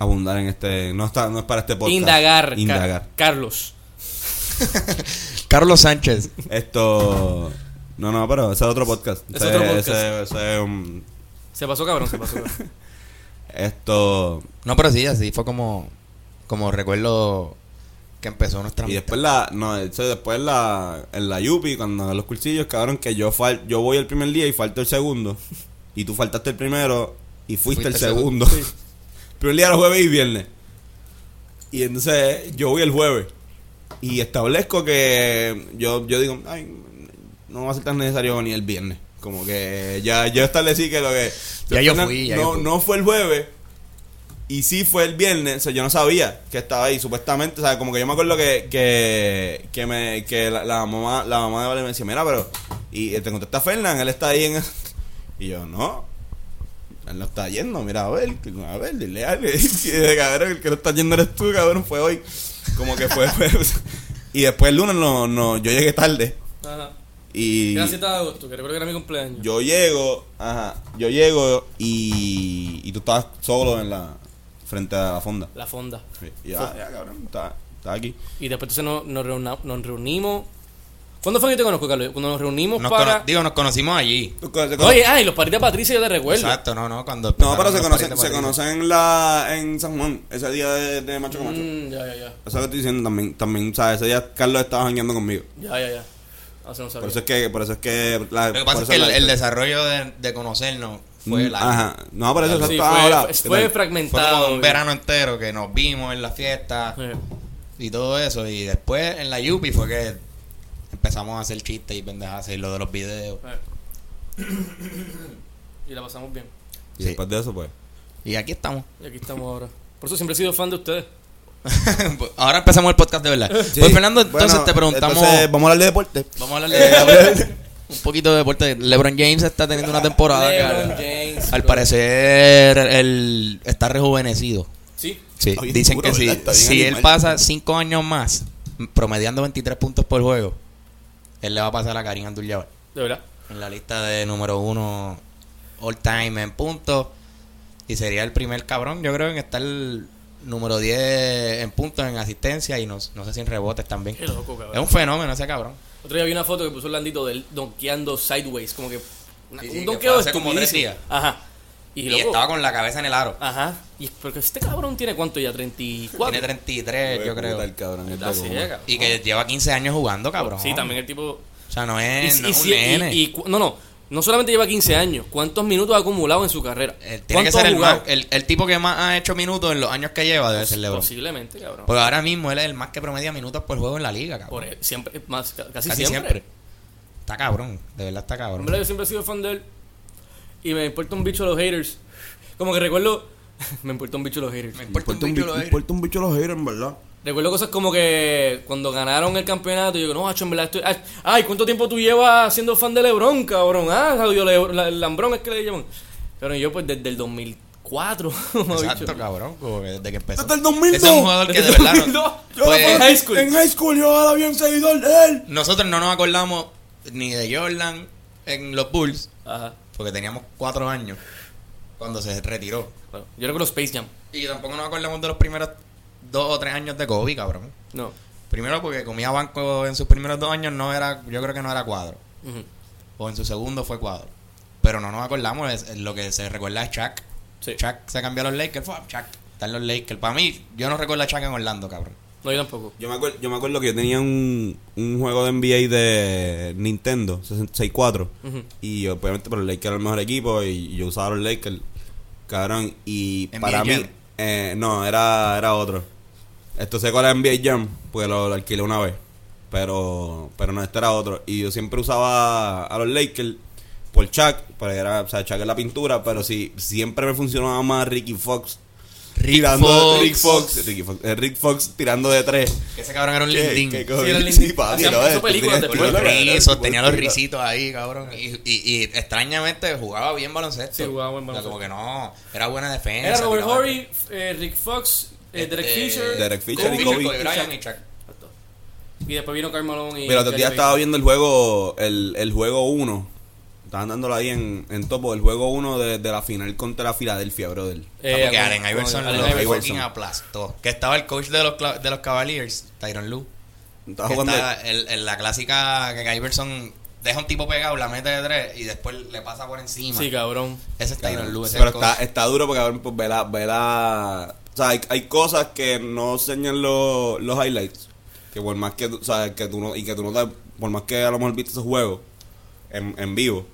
Speaker 3: Abundar en este. No, está, no es para este podcast.
Speaker 2: indagar, Car-
Speaker 3: Indagar.
Speaker 2: Carlos.
Speaker 1: Carlos Sánchez.
Speaker 3: Esto. No, no, pero ese es otro podcast.
Speaker 2: Es
Speaker 3: Ese-
Speaker 2: otro podcast.
Speaker 3: ese- ese es un-
Speaker 2: Se pasó cabrón, se pasó cabrón.
Speaker 3: esto.
Speaker 1: No, pero sí, así fue como... Como recuerdo que empezó
Speaker 3: Y
Speaker 1: nuestra amistad.
Speaker 3: después la. No, eso después la. En la Yupi, cuando dan los cursillos, cabrón, que yo fal, yo voy el primer día y falto el segundo. Y tú faltaste el primero y fuiste,
Speaker 1: Fuiste
Speaker 3: el
Speaker 1: el
Speaker 3: segundo. primer día era jueves y viernes. Y entonces yo voy el jueves. Y establezco que yo, yo digo, ay, no va a ser tan necesario ni el viernes. Como que ya yo establecí que lo que.
Speaker 1: Ya yo fui, ya
Speaker 3: no,
Speaker 1: yo fui.
Speaker 3: no fue el jueves. Y sí fue el viernes, o sea, yo no sabía que estaba ahí, supuestamente, o sea, como que yo me acuerdo que, que, que me, que la, la mamá, la mamá de Vale me decía, mira, pero, y eh, te contesta Fernán, él está ahí en el-". y yo, no, él no está yendo, mira, a ver, que- a ver, dile algo, y de cabrón, el que no está yendo eres tú, cabrón, fue hoy, como que fue, fue- y después el lunes no, no, yo llegué tarde,
Speaker 2: Ajá.
Speaker 3: Y
Speaker 2: Era la cita de agosto, que recuerdo que era mi cumpleaños.
Speaker 3: yo llego, ajá, yo llego y, y tú estabas solo en la frente a la fonda.
Speaker 2: La fonda.
Speaker 3: Y ya, ya cabrón, está, está aquí.
Speaker 2: Y después entonces nos, nos, reuna- nos reunimos. ¿Cuándo fue que te conozco, Carlos? Cuando nos reunimos
Speaker 1: Nos
Speaker 2: para.
Speaker 1: cono- digo, nos conocimos allí.
Speaker 3: Tú conoces-
Speaker 2: Oye, ay, los paris de Patricia, yo te recuerdo.
Speaker 1: Exacto, no, no,
Speaker 3: No,
Speaker 1: cuando empezaron
Speaker 3: pero se
Speaker 1: los
Speaker 3: conocen,
Speaker 1: parientes
Speaker 3: se
Speaker 1: patrios.
Speaker 3: conocen en, la, en San Juan, ese día de, de Macho con Macho.
Speaker 2: Mm, ya, ya, ya.
Speaker 3: Eso es lo que estoy diciendo también, también, ¿sabes? Ese día Carlos estaba jangueando conmigo.
Speaker 2: Ya, ya, ya. Ah, eso no sabía.
Speaker 3: Por eso es que, por eso es que... La,
Speaker 1: Lo que
Speaker 3: por
Speaker 1: pasa es
Speaker 3: eso
Speaker 1: que el,
Speaker 3: la-
Speaker 1: el desarrollo de, de conocernos fue
Speaker 3: Mm,
Speaker 1: largo.
Speaker 3: Ajá. No, por eso
Speaker 2: Sí,
Speaker 3: exacto,
Speaker 2: fue,
Speaker 3: ahora.
Speaker 2: fue
Speaker 3: ¿qué tal?
Speaker 1: Fue
Speaker 2: fragmentado. eh,
Speaker 1: como un
Speaker 2: güey.
Speaker 1: verano entero que nos vimos en la fiesta
Speaker 2: Sí.
Speaker 1: y todo eso. Y después en la Yupi fue que empezamos a hacer chistes y pendejadas y lo de los videos.
Speaker 2: eh. Y la pasamos bien.
Speaker 3: Y después de eso, pues.
Speaker 1: Y aquí estamos.
Speaker 2: Y aquí estamos ahora. Por eso siempre he sido fan de ustedes.
Speaker 1: Ahora empezamos el podcast de verdad.
Speaker 3: Sí.
Speaker 1: Pues Fernando, entonces
Speaker 3: Bueno,
Speaker 1: te preguntamos. Eh,
Speaker 3: entonces, Eh, vamos a hablar de deporte.
Speaker 1: Vamos a hablar de un poquito de deporte. LeBron James está teniendo una temporada que
Speaker 2: LeBron
Speaker 1: al-
Speaker 2: James,
Speaker 1: al
Speaker 2: bro.
Speaker 1: parecer él está rejuvenecido.
Speaker 2: Sí.
Speaker 1: Sí,
Speaker 3: Está bien
Speaker 1: dicen
Speaker 3: duro,
Speaker 1: que si,
Speaker 3: ¿verdad? Está bien
Speaker 1: si él
Speaker 3: animal.
Speaker 1: pasa 5 años más promediando 23 puntos por juego, él le va a pasar a Karim Abdul-Jabbar
Speaker 2: De verdad.
Speaker 1: en la lista de número uno all time en puntos y sería el primer cabrón, yo creo, en estar el número 10 en puntos en asistencia y no, no sé si en rebotes también.
Speaker 2: Qué loco, cabrón.
Speaker 1: Es un fenómeno ese cabrón.
Speaker 2: Otro día vi una foto que puso Landito de él donkeando sideways. Como que. una-
Speaker 1: Sí, sí,
Speaker 2: un
Speaker 1: que
Speaker 2: donkeo
Speaker 1: fue hace como tres
Speaker 2: estupidísimo.
Speaker 1: días.
Speaker 2: Ajá. Y,
Speaker 1: Y,
Speaker 2: loco,
Speaker 1: estaba con la cabeza en el aro.
Speaker 2: Ajá. Y porque este cabrón tiene cuánto ya, 34.
Speaker 1: Tiene 33, yo creo.
Speaker 3: Puta, el cabrón, el
Speaker 2: Ya se
Speaker 3: loco,
Speaker 2: llega.
Speaker 1: Y que lleva 15 años jugando, cabrón.
Speaker 2: Sí, también el tipo.
Speaker 1: O sea, no
Speaker 2: Y,
Speaker 1: es, no
Speaker 2: y-
Speaker 1: es un
Speaker 2: y-
Speaker 1: nene.
Speaker 2: y- y cu- no, no. No solamente lleva 15 años. ¿Cuántos minutos ha acumulado en su carrera?
Speaker 1: Eh, tiene que
Speaker 2: ¿Cuántos
Speaker 1: ser el,
Speaker 2: jugados?
Speaker 1: más- el, el tipo que más ha hecho minutos en los años que lleva
Speaker 2: Pues,
Speaker 1: debe ser LeBron.
Speaker 2: Posiblemente, cabrón.
Speaker 1: Porque ahora mismo él es el más que promedia minutos por juego en la liga, cabrón.
Speaker 2: Por él, siempre, más, ca- casi,
Speaker 1: Casi
Speaker 2: siempre.
Speaker 1: siempre. Está cabrón, de verdad está
Speaker 2: En
Speaker 1: cabrón.
Speaker 2: verdad, yo siempre he sido fan de él. Y me importa un bicho los haters. Como que recuerdo. me importa un bicho los haters.
Speaker 1: Importa un bicho los
Speaker 3: Me
Speaker 1: haters.
Speaker 3: importa un bicho los haters, en verdad.
Speaker 2: Recuerdo cosas como que cuando ganaron el campeonato, yo digo, no, hacho, en verdad estoy. Ay, ay, ¿cuánto tiempo tú llevas siendo fan de Lebron, cabrón? Ah, Claudio Lebr- la- Lambrón es que le llaman. Pero yo, pues, desde el 2004, como
Speaker 1: Exacto,
Speaker 2: bicho.
Speaker 1: cabrón, como que desde que empezó.
Speaker 3: Desde el 2002.
Speaker 1: Ese es un jugador que de
Speaker 2: Desde el
Speaker 1: verdad. no-
Speaker 2: 2002. Yo
Speaker 1: pues,
Speaker 2: lo conozco. High school.
Speaker 3: En high school yo era bien seguidor de él.
Speaker 1: nosotros no nos acordamos ni de Jordan en los Bulls,
Speaker 2: Ajá.
Speaker 1: porque teníamos cuatro años cuando se retiró.
Speaker 2: Bueno, yo recuerdo Space Jam.
Speaker 1: Y tampoco nos acordamos de los primeros dos o tres años de Kobe, cabrón.
Speaker 2: No.
Speaker 1: Primero porque comía banco en sus primeros dos años, no era, yo creo que no era cuadro.
Speaker 2: Ujú.
Speaker 1: O en su segundo fue cuadro. Pero no nos acordamos, es- lo que se recuerda es Shaq.
Speaker 2: Sí.
Speaker 1: Shaq se cambió a los Lakers, fue Shaq. Está en los Lakers. Para mí, yo no recuerdo a Shaq en Orlando, cabrón.
Speaker 2: No, yo tampoco.
Speaker 3: Yo me, acuerdo, yo me acuerdo que yo tenía un, un juego de NBA de Nintendo 64.
Speaker 2: Ujú.
Speaker 3: Y obviamente, pero el Lakers era el mejor equipo. Y yo usaba los Lakers. Cabrón. Y
Speaker 1: NBA
Speaker 3: para mí.
Speaker 1: Jam.
Speaker 3: eh, no, era, era otro. Esto sé cuál era NBA Jam. Porque lo, lo alquilé una vez. Pero, pero no, este era otro. Y yo siempre usaba a los Lakers. Por Chuck, porque era, o sea, Chuck es la pintura, pero sí, siempre me funcionaba más Ricky Fox.
Speaker 1: Rick
Speaker 3: tirando
Speaker 1: Fox.
Speaker 3: Rick Fox. Ricky Fox, eh, Rick Fox tirando de tres.
Speaker 1: Que Ese cabrón era un lindín.
Speaker 3: ¿Qué, qué
Speaker 2: Sí, era
Speaker 3: cojones?
Speaker 2: Lindín.
Speaker 3: Sí, papi,
Speaker 2: Hacían-
Speaker 3: lo
Speaker 2: hizo
Speaker 3: es, tú
Speaker 2: películas
Speaker 3: tienes-
Speaker 1: Los
Speaker 2: después.
Speaker 3: tú tienes-
Speaker 1: rizos,
Speaker 3: tú
Speaker 1: tenía los
Speaker 3: tienes-
Speaker 1: risitos ahí, cabrón. Y, y- y extrañamente jugaba bien baloncesto.
Speaker 2: Sí, jugaba buen
Speaker 1: O sea, como
Speaker 2: baloncesto.
Speaker 1: que no, era buena defensa.
Speaker 2: Era Robert
Speaker 1: tiraba-
Speaker 2: Horry, eh, Rick Fox, eh, Derek
Speaker 1: Este,
Speaker 2: Fisher.
Speaker 3: Derek Fisher y
Speaker 1: Kobe,
Speaker 3: Kobe.
Speaker 1: Kobe Bryant
Speaker 2: Shaq.
Speaker 1: y Shaq.
Speaker 2: Exacto. Y después vino Karl Malone y.
Speaker 3: Mira, el otro día
Speaker 2: Jerry
Speaker 3: estaba
Speaker 2: West.
Speaker 3: viendo el juego, el, el juego 1. Estaban dándolo ahí en, en topo, el juego 1 de, de la final contra Filadelfia, brother.
Speaker 1: Ah,
Speaker 2: Eh,
Speaker 1: porque
Speaker 2: con-
Speaker 1: Allen Iverson
Speaker 2: con
Speaker 1: lo
Speaker 2: Allen
Speaker 3: Iverson.
Speaker 1: fucking aplastó. Que estaba el coach de los, cla- de los Cavaliers, Tyron Lue.
Speaker 3: Estaba
Speaker 1: que
Speaker 3: jugando.
Speaker 1: estaba el- el- la clásica que Iverson deja un tipo pegado, la mete de tres y después le pasa por encima.
Speaker 2: Sí, cabrón.
Speaker 1: ese es Tyron Lue. ese
Speaker 3: Pero
Speaker 1: es el coach.
Speaker 3: está, está duro porque, cabrón, pues ve la. ve la- o sea, hay, hay cosas que no enseñan los- los highlights. Que por más que tú, o sea, que tú no. Y que tú no te- Por más que a lo mejor viste esos juegos en, en vivo.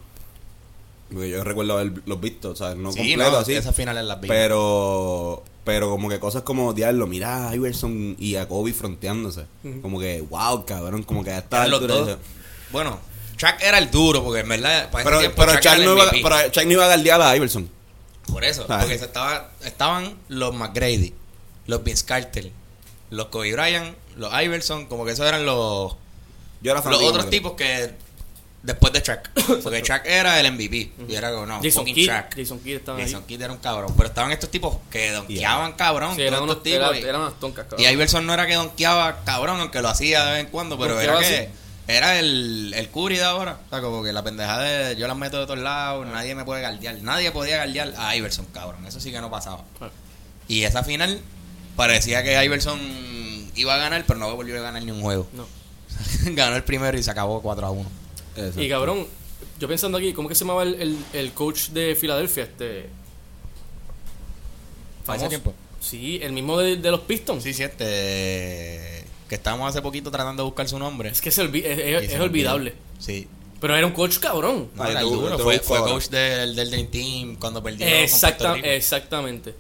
Speaker 3: Porque yo recuerdo haber los visto, o sea, no
Speaker 1: Sí,
Speaker 3: completo
Speaker 1: no,
Speaker 3: así.
Speaker 1: Esas finales las vi.
Speaker 3: Pero, pero como que cosas como diablo, mira a Iverson y a Kobe fronteándose. Como que, wow, cabrón, como que hasta
Speaker 1: Eran los dos. Bueno, Chuck era el duro, porque en verdad, para ese
Speaker 3: Pero,
Speaker 1: tiempo
Speaker 3: pero
Speaker 1: Shaq
Speaker 3: Shaq
Speaker 1: era el
Speaker 3: no iba,
Speaker 1: MVP.
Speaker 3: pero Shaq no iba a Ah, galdear a Iverson.
Speaker 1: Por eso,
Speaker 3: ¿Sabes?
Speaker 1: porque se estaba, estaban los McGrady, los Vince Carter, los Kobe Bryant, los Iverson, como que esos eran los,
Speaker 3: Yo era
Speaker 1: los
Speaker 3: fanático
Speaker 1: otros
Speaker 3: de-
Speaker 1: tipos que después de Chuck. Porque Chuck era el MVP. Y era como, no,
Speaker 2: Jason
Speaker 1: Ah, fucking
Speaker 2: Kidd.
Speaker 1: Chuck.
Speaker 2: Jason Kidd estaba ahí.
Speaker 1: Jason Kidd era un cabrón. Pero estaban estos tipos que donkeaban cabrón.
Speaker 2: Sí, eran
Speaker 1: todos
Speaker 2: unos
Speaker 1: estos tipos.
Speaker 2: era-
Speaker 1: y-
Speaker 2: eran unas toncas,
Speaker 1: y
Speaker 2: cabrón.
Speaker 1: Iverson no era que donkeaba cabrón, aunque lo hacía de vez en cuando, pero era
Speaker 2: Donkeaba
Speaker 1: que
Speaker 2: así.
Speaker 1: Era el, el Curry de ahora. O sea, como que la pendejada de yo las meto de todos lados, nadie me puede galdear. Nadie podía galdear a Iverson, cabrón. Eso sí que no pasaba.
Speaker 2: Claro.
Speaker 1: Y esa final parecía que Iverson iba a ganar, pero no volvió a ganar ni un juego.
Speaker 2: No.
Speaker 1: Ganó el primero y se acabó 4 a 1.
Speaker 3: Exacto.
Speaker 2: Y cabrón, yo pensando aquí, ¿cómo que se llamaba el, el- el coach de Filadelfia? Este.
Speaker 1: ¿Para ese
Speaker 2: famoso?
Speaker 1: tiempo?
Speaker 2: Sí, el mismo de, de los Pistons.
Speaker 1: Sí, sí, este. Que estábamos hace poquito tratando de buscar su nombre.
Speaker 2: Es que se olvi- es,
Speaker 1: Y
Speaker 2: es-
Speaker 1: se
Speaker 2: es
Speaker 1: me
Speaker 2: olvidable.
Speaker 1: olvidó. Sí.
Speaker 2: Pero era un coach cabrón.
Speaker 1: No,
Speaker 3: Ah,
Speaker 1: era
Speaker 3: tú-
Speaker 1: duro.
Speaker 3: tú
Speaker 1: Fue,
Speaker 3: buscas
Speaker 1: fue
Speaker 3: ahora.
Speaker 1: coach del, del Dream Team cuando perdió con
Speaker 2: Exacta-
Speaker 1: Puerto Rico.
Speaker 2: exactamente.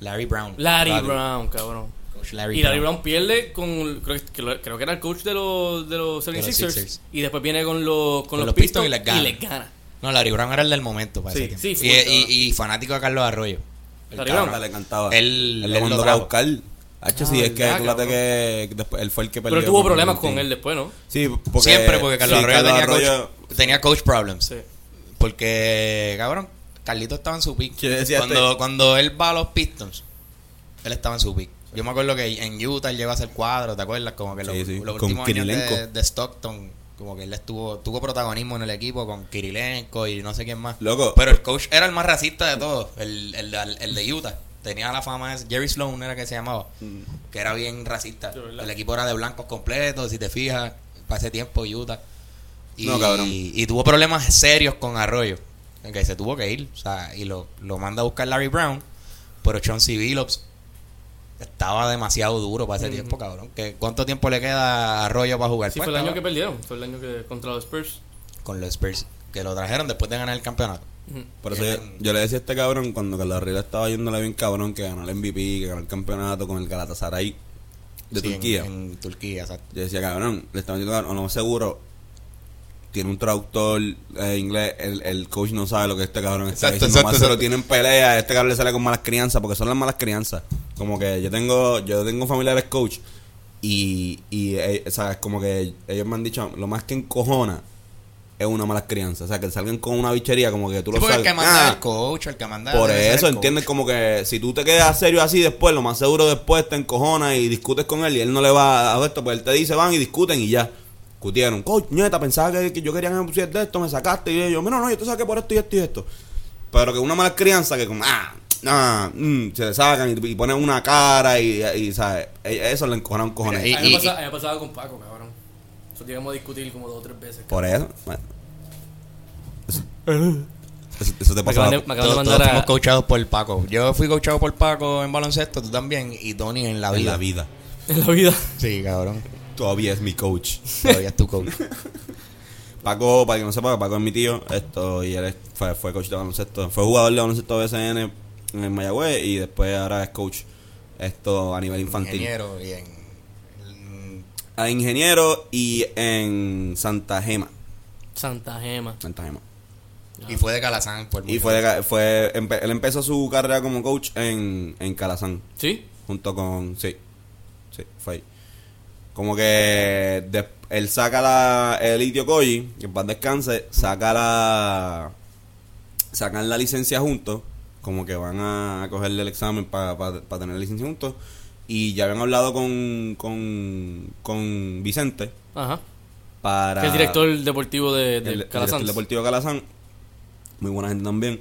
Speaker 1: Larry Brown.
Speaker 2: Larry, Brown, cabrón.
Speaker 1: Coach Larry
Speaker 2: Y Larry Brown pierde con. Creo que, que lo- creo que era el coach de los, de los
Speaker 1: los
Speaker 2: 76ers.
Speaker 1: Sixers.
Speaker 2: Y después viene con, los con, los, Pistons, y les gana.
Speaker 1: No, Larry Brown era el del momento. para
Speaker 2: Sí,
Speaker 1: ese tiempo.
Speaker 2: sí, fue,
Speaker 1: y,
Speaker 2: cabrón.
Speaker 1: y- y fanático de Carlos Arroyo. El
Speaker 2: Larry
Speaker 1: cabrón.
Speaker 2: Brown.
Speaker 3: le cantaba.
Speaker 1: Él- él
Speaker 3: lo
Speaker 1: lo
Speaker 3: mandó
Speaker 1: trajo.
Speaker 3: a buscar. H, sí,
Speaker 2: Ah,
Speaker 3: es que
Speaker 2: verdad,
Speaker 3: acuérdate
Speaker 2: cabrón.
Speaker 3: que después él fue el que perdió.
Speaker 2: Pero tuvo problemas
Speaker 3: Valentín.
Speaker 2: con él después, ¿no?
Speaker 3: Sí, porque,
Speaker 1: Siempre porque Carlos
Speaker 3: sí,
Speaker 1: Arroyo, tenía,
Speaker 3: Arroyo-
Speaker 1: Coach, tenía coach problems.
Speaker 2: Sí.
Speaker 1: Porque, cabrón, Carlito estaba en su pick.
Speaker 3: ¿Qué decía
Speaker 1: Cuando,
Speaker 3: este?
Speaker 1: cuando él va a los Pistons, él estaba en su pick. Yo me acuerdo que en Utah él llegó a hacer cuadro, ¿te acuerdas? Como que los,
Speaker 3: Sí, sí,
Speaker 1: los
Speaker 3: con
Speaker 1: últimos años de,
Speaker 3: Kirilenko.
Speaker 1: de Stockton, como que él estuvo tuvo protagonismo en el equipo con Kirilenko y no sé quién más.
Speaker 3: Loco.
Speaker 1: Pero el coach era el más racista de todos, el, el, el de Utah. Tenía la fama, de Jerry Sloan era que se llamaba,
Speaker 3: Mm.
Speaker 1: que era bien racista.
Speaker 2: Sí, ¿verdad?
Speaker 1: El equipo era de blancos completos, si te fijas, para ese tiempo Utah. Y,
Speaker 3: No, cabrón.
Speaker 1: y tuvo problemas serios con Arroyo. en Que se tuvo que ir. O sea, y lo, lo manda a buscar Larry Brown. Pero Chauncey Billups estaba demasiado duro para ese
Speaker 2: Ujú.
Speaker 1: tiempo, cabrón. ¿Qué, ¿Cuánto tiempo le queda a Arroyo para jugar?
Speaker 2: Sí,
Speaker 1: Pues,
Speaker 2: fue el año que
Speaker 1: cabrón,
Speaker 2: perdieron. Fue el año que contra los Spurs.
Speaker 1: Con los Spurs. Que lo trajeron después de ganar el campeonato.
Speaker 2: Ujú.
Speaker 3: Por eso yo, yo le decía a este cabrón cuando Carlos Arroyo estaba yéndole bien cabrón que ganó el MVP, que ganó el campeonato con el Galatasaray de
Speaker 1: Sí, en-
Speaker 3: Turquía.
Speaker 1: En, Turquía, exacto.
Speaker 3: Yo decía, cabrón, le estaba diciendo, cabrón, no seguro. Tiene un traductor eh, inglés, el, el coach no sabe lo que este cabrón está
Speaker 1: Exacto,
Speaker 3: diciendo.
Speaker 1: exacto,
Speaker 3: más se lo
Speaker 1: exacto.
Speaker 3: tienen pelea, este cabrón le sale con malas crianzas, porque son las malas crianzas. Como que yo tengo, yo tengo familiares coach y, y eh, o sea, es como que ellos me han dicho, lo más que encojona es una mala crianza. O sea, que salgan con una bichería, como que tú
Speaker 1: Sí,
Speaker 3: lo
Speaker 1: porque el
Speaker 3: sabes.
Speaker 1: que manda
Speaker 3: Ah,
Speaker 1: es el coach, el que manda.
Speaker 3: por
Speaker 1: debe ser el
Speaker 3: eso,
Speaker 1: coach.
Speaker 3: entiendes como que si tú te quedas serio así después, lo más seguro después te encojonas y discutes con él y él no le va a esto, pues él te dice, van y discuten y ya. Discutieron, coño, neta, pensaba que, que yo quería que me pusieras de esto, me sacaste y yo, no, no, yo te saqué por esto y esto y esto. Pero que una mala crianza que como, ah, ah, mm, se le sacan y, y ponen una cara y, y, ¿sabes? E- Eso le encojonan cojones.
Speaker 1: Mira,
Speaker 2: a, mí me
Speaker 1: y-
Speaker 2: pasaba, a mí me pasaba con Paco, cabrón. Eso llegamos a discutir como dos o tres veces.
Speaker 3: Por eso, bueno. Eso, eso te pasa.
Speaker 2: acaban de- me acaban
Speaker 1: Todos,
Speaker 2: de
Speaker 1: todos
Speaker 2: mandar a-
Speaker 1: fuimos coachados por Paco. Yo fui coachado por Paco en baloncesto, tú también, y Tony en la
Speaker 3: en
Speaker 1: vida.
Speaker 3: la vida.
Speaker 2: En la vida.
Speaker 1: Sí, cabrón.
Speaker 3: Todavía es mi coach.
Speaker 1: Todavía es tu coach.
Speaker 3: Paco, para que no sepa, Paco es mi tío, esto, y él es- fue, fue coach de baloncesto, fue jugador de baloncesto de BCN en Mayagüez y después ahora es coach esto a nivel infantil.
Speaker 1: ingeniero y en- en-
Speaker 3: A ingeniero y en Santa Gema.
Speaker 2: Santa Gema.
Speaker 3: Santa Gema.
Speaker 1: y fue de Calazán por
Speaker 3: Y
Speaker 1: mucho
Speaker 3: fue, de
Speaker 1: tiempo.
Speaker 3: ca- fue empe- él empezó su carrera como coach en, en Calazán.
Speaker 2: ¿Sí?
Speaker 3: Junto con. Sí. Sí, fue ahí. Como que de- él saca la. El Itio Koji, que en paz descanse, saca la. Sacan la licencia juntos. Como que van a cogerle el examen para tener la licencia juntos. Y ya habían hablado con. Con, con Vicente.
Speaker 2: Ajá.
Speaker 3: Para.
Speaker 2: Que el director deportivo de, de
Speaker 3: el- el
Speaker 2: Calasanz.
Speaker 3: director deportivo de Calazán. Muy buena gente también.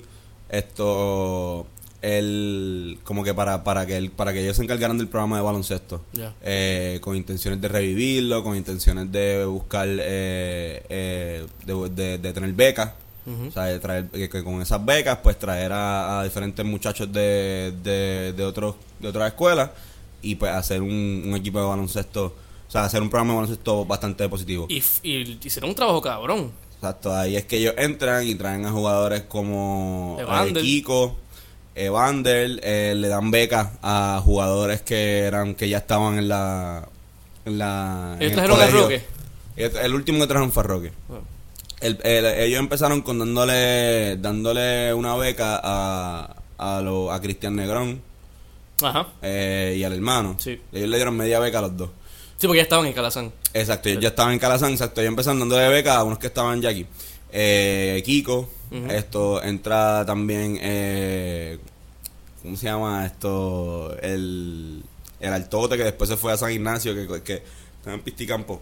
Speaker 3: Esto. Él. Como que para, para que él, para que ellos se encargaran del programa de baloncesto.
Speaker 2: Ya.
Speaker 3: Eh, con intenciones de revivirlo, con intenciones de buscar. eh, eh, de, de- de tener becas.
Speaker 2: Ujú.
Speaker 3: O sea, de traer, que, que con esas becas, pues traer a, a diferentes muchachos de, de, de, otros, de otras escuelas y pues hacer un, un equipo de baloncesto. O sea, hacer un programa de baloncesto bastante positivo.
Speaker 2: Y, f- y hicieron un trabajo cabrón.
Speaker 3: Exacto, ahí es que ellos entran y traen a jugadores como eh,
Speaker 2: Evander.
Speaker 3: Kiko, Evander, eh, le dan becas a jugadores que eran que ya estaban en la en la en
Speaker 2: Ellos
Speaker 3: el
Speaker 2: trajeron a
Speaker 3: colegio.
Speaker 2: Roque.
Speaker 3: Ellos- El, último que trajeron fue a Roque.
Speaker 2: Bueno,
Speaker 3: El- el- ellos empezaron con dándole dándole una beca a a, lo- a Cristian Negrón
Speaker 2: Ajá.
Speaker 3: eh, y al hermano.
Speaker 2: Sí.
Speaker 3: Ellos le dieron media beca a los dos.
Speaker 2: Sí, porque ya estaban en Calazán.
Speaker 3: Exacto, yo ya estaba en Calazán, exacto, yo empezando dándole beca a unos que estaban ya aquí. Eh, Kiko,
Speaker 2: Ujú.
Speaker 3: esto entra también, eh, ¿cómo se llama esto? El, el Altote que después se fue a San Ignacio, que, que estaba en Pisticampo.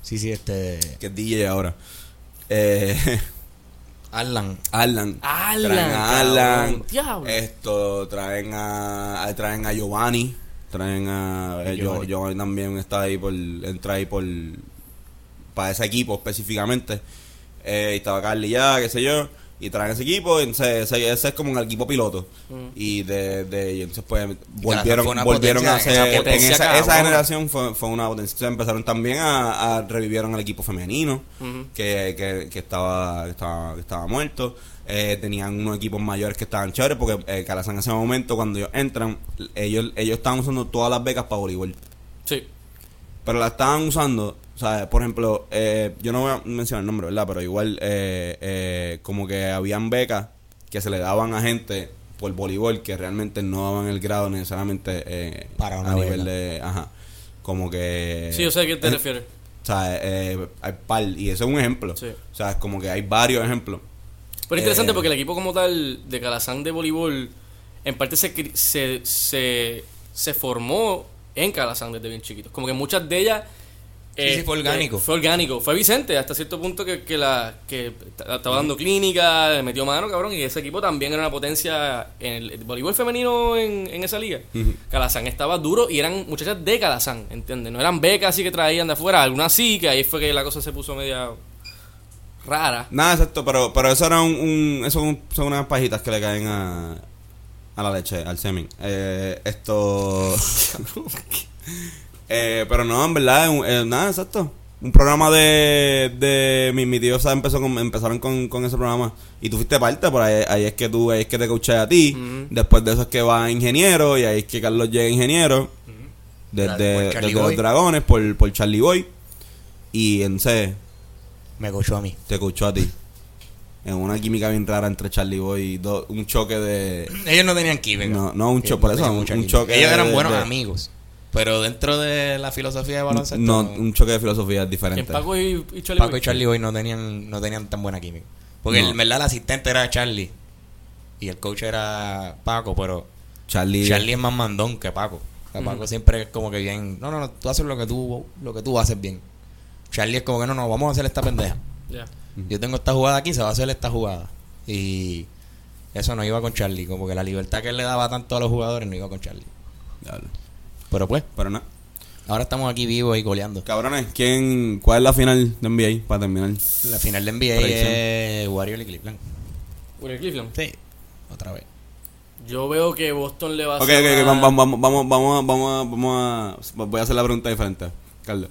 Speaker 1: Sí, sí, este.
Speaker 3: que es DJ ahora. Eh,
Speaker 1: Arlan.
Speaker 3: Alan.
Speaker 2: Alan,
Speaker 3: Traen a
Speaker 2: cabrón.
Speaker 3: Alan.
Speaker 2: Diablo.
Speaker 3: Esto, traen a, a- traen a Giovanni. Traen a. eh, Gio-
Speaker 1: Giovanni.
Speaker 3: Giovanni también está ahí por. Entra ahí por. Para ese equipo específicamente. Eh, y estaba Carly ya, qué sé yo. Y traen ese equipo. Entonces, ese, ese es como un equipo piloto.
Speaker 2: Mm.
Speaker 3: Y de, de y entonces, pues, volvieron,
Speaker 1: fue una
Speaker 3: volvieron a hacer.
Speaker 1: potencia, esa
Speaker 3: en
Speaker 2: potencia,
Speaker 3: esa, esa
Speaker 2: cabrón.
Speaker 3: generación fue, fue una potencia. Entonces, empezaron también a, a- Revivieron al equipo femenino
Speaker 2: Ujú.
Speaker 3: que, que, que estaba, que estaba, que estaba muerto. Eh, tenían unos equipos mayores que estaban chéveres porque eh, Calazán en ese momento cuando ellos entran, ellos, ellos estaban usando todas las becas para voleibol.
Speaker 2: Sí.
Speaker 3: Pero las estaban usando, ¿sabes? Por ejemplo, eh, yo no voy a mencionar el nombre, ¿verdad? Pero igual eh, eh, como que habían becas que se le daban a gente por voleibol que realmente no daban el grado necesariamente eh,
Speaker 1: Para una
Speaker 3: a nivel
Speaker 1: beca.
Speaker 3: de... Ajá. Como que...
Speaker 2: Sí, yo sé a qué te
Speaker 3: Eh,
Speaker 2: refieres.
Speaker 3: o sea, eh, hay par, y ese es un ejemplo.
Speaker 2: Sí.
Speaker 3: O sea, es como que hay varios ejemplos.
Speaker 2: Pero es interesante
Speaker 3: Eh,
Speaker 2: porque el equipo como tal de Calazán de voleibol en parte se, cri- se, se, se formó en Calazán desde bien chiquitos. Como que muchas de ellas... eh,
Speaker 1: sí, fue orgánico.
Speaker 2: fue orgánico. Fue Vicente hasta cierto punto que, que la que t- estaba dando clínica, le metió mano, cabrón. Y ese equipo también era una potencia en el, el voleibol femenino en, en esa liga. Calazán estaba duro y eran muchachas de Calazán, ¿entiendes? No eran becas así que traían de afuera. Algunas sí, que ahí fue que la cosa se puso media rara.
Speaker 3: Nada, exacto, pero, pero eso era un, un- eso son- son unas pajitas que le caen a, a la leche, al semen. Eh, esto... Eh, pero no, en verdad, es un- eh, nada, exacto. Un programa de... de mi, mi tío o sea, empezó con- empezaron con, con ese programa y tú fuiste parte, por ahí, ahí es que tú, ahí es que te coaché a ti. Después de eso es que va ingeniero y ahí es que Carlos llega a ingeniero.
Speaker 1: Por
Speaker 3: Desde,
Speaker 1: Charlie
Speaker 3: desde
Speaker 1: Boy.
Speaker 3: los dragones por, por Charlie Boy. Y entonces
Speaker 1: Me cochó a mí.
Speaker 3: te escuchó a ti. En una química bien rara entre Charlie Boy y do- un choque de.
Speaker 1: Ellos no tenían química.
Speaker 3: No, no, un
Speaker 1: Sí,
Speaker 3: choque, por eso,
Speaker 1: tenían
Speaker 3: un,
Speaker 1: mucha
Speaker 3: un
Speaker 1: química.
Speaker 3: choque.
Speaker 1: Ellos
Speaker 3: de-
Speaker 1: eran buenos
Speaker 3: de-
Speaker 1: amigos. Pero dentro de la filosofía de baloncesto.
Speaker 3: No, un choque de filosofías
Speaker 2: En
Speaker 3: diferente.
Speaker 2: Paco y, y Charlie
Speaker 1: Paco
Speaker 2: Boy.
Speaker 1: y Charlie hoy no tenían, no tenían tan buena química. Porque
Speaker 3: No.
Speaker 1: en verdad el asistente era Charlie. Y el coach era Paco, pero
Speaker 3: Charlie.
Speaker 1: Charlie es más mandón que Paco. O sea, Paco siempre es como que bien. No, no, no, tú haces lo que tú, lo que tú haces bien. Charlie es como que no, no, vamos a hacer esta pendeja.
Speaker 2: Ya.
Speaker 1: Yo tengo esta jugada aquí, se va a hacer esta jugada. Y eso no iba con Charlie, como que la libertad que él le daba tanto a los jugadores no iba con Charlie.
Speaker 3: Diablo.
Speaker 1: Pero pues,
Speaker 3: Pero no.
Speaker 1: ahora estamos aquí vivos y goleando.
Speaker 3: Cabrones, ¿quién, ¿cuál es la final de NBA para terminar?
Speaker 1: La final de NBA
Speaker 3: Predicción.
Speaker 1: es Warrior y Cleveland.
Speaker 2: Willie Cleveland.
Speaker 1: Sí, otra vez.
Speaker 2: Yo veo que Boston le va a
Speaker 3: Ok, ok,
Speaker 2: hacer
Speaker 3: ok,
Speaker 2: una-
Speaker 3: vamos, vamos, vamos, vamos, a- vamos, a- vamos a. Voy a hacer la pregunta diferente, Carlos.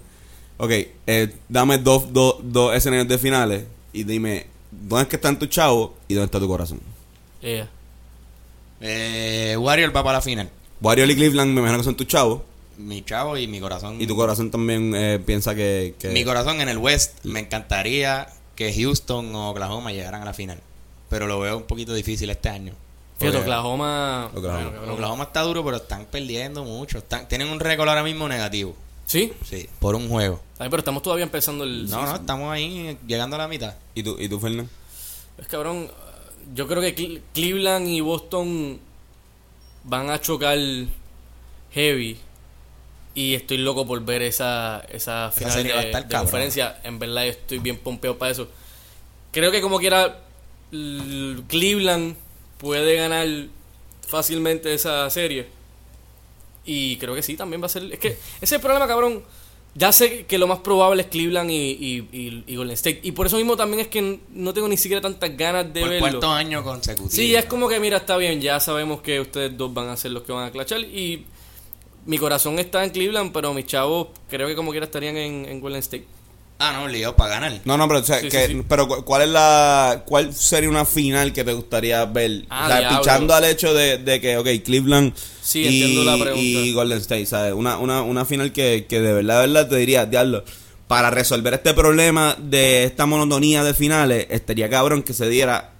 Speaker 3: Ok, eh, dame dos, dos, dos escenarios de finales y dime, ¿dónde es que están tus chavos y dónde está tu corazón?
Speaker 2: Yeah.
Speaker 1: Eh, Warrior va para la final.
Speaker 3: Warrior y Cleveland, me imagino que son tus chavos.
Speaker 1: Mi chavo y mi corazón.
Speaker 3: Y tu corazón también eh, piensa que, que-
Speaker 1: Mi corazón en el West. Me encantaría que Houston o Oklahoma llegaran a la final. Pero lo veo un poquito difícil este año.
Speaker 2: Fíjate,
Speaker 1: Porque
Speaker 2: Oklahoma.
Speaker 3: Oklahoma.
Speaker 2: Bueno,
Speaker 1: Oklahoma está duro, pero están perdiendo mucho. Están, tienen un récord ahora mismo negativo.
Speaker 2: Sí,
Speaker 1: Sí, por un juego.
Speaker 2: Ay, pero estamos todavía empezando el.
Speaker 1: No, no, estamos ahí llegando a la mitad.
Speaker 3: ¿Y tú, y tú Fernan?
Speaker 2: Es cabrón. Yo creo que Cle- Cleveland y Boston van a chocar heavy. Y estoy loco por ver esa, esa final
Speaker 1: serie va a
Speaker 2: de,
Speaker 1: estar
Speaker 2: de
Speaker 1: cabrón.
Speaker 2: conferencia. En verdad, yo estoy bien pompeo para eso. Creo que como quiera, l- Cleveland puede ganar fácilmente esa serie. Y creo que sí, también va a ser. Es que ese es el problema, cabrón. Ya sé que lo más probable es Cleveland y, y- y- y Golden State. Y por eso mismo también es que n- no tengo ni siquiera tantas ganas de
Speaker 1: por
Speaker 2: verlo.
Speaker 1: cuarto año consecutivo.
Speaker 2: Sí, ya es como que, mira, está bien, ya sabemos que ustedes dos van a ser los que van a clachar. Y mi corazón está en Cleveland, pero mis chavos creo que como quiera estarían en, en Golden State.
Speaker 1: Ah, no, obligado para ganar.
Speaker 3: No, no, pero, o sea,
Speaker 2: Sí, sí,
Speaker 3: que-
Speaker 2: sí.
Speaker 3: pero cu- ¿cuál es la cuál sería una final que te gustaría ver?
Speaker 2: Ah,
Speaker 3: o sea,
Speaker 2: diablo.
Speaker 3: pichando al hecho de, de que, ok, Cleveland
Speaker 2: Sí,
Speaker 3: y,
Speaker 2: entiendo la pregunta.
Speaker 3: y Golden State, ¿sabes? Una, una, una final que, que de verdad, de verdad te diría, diablo, para resolver este problema de esta monotonía de finales, estaría cabrón que se diera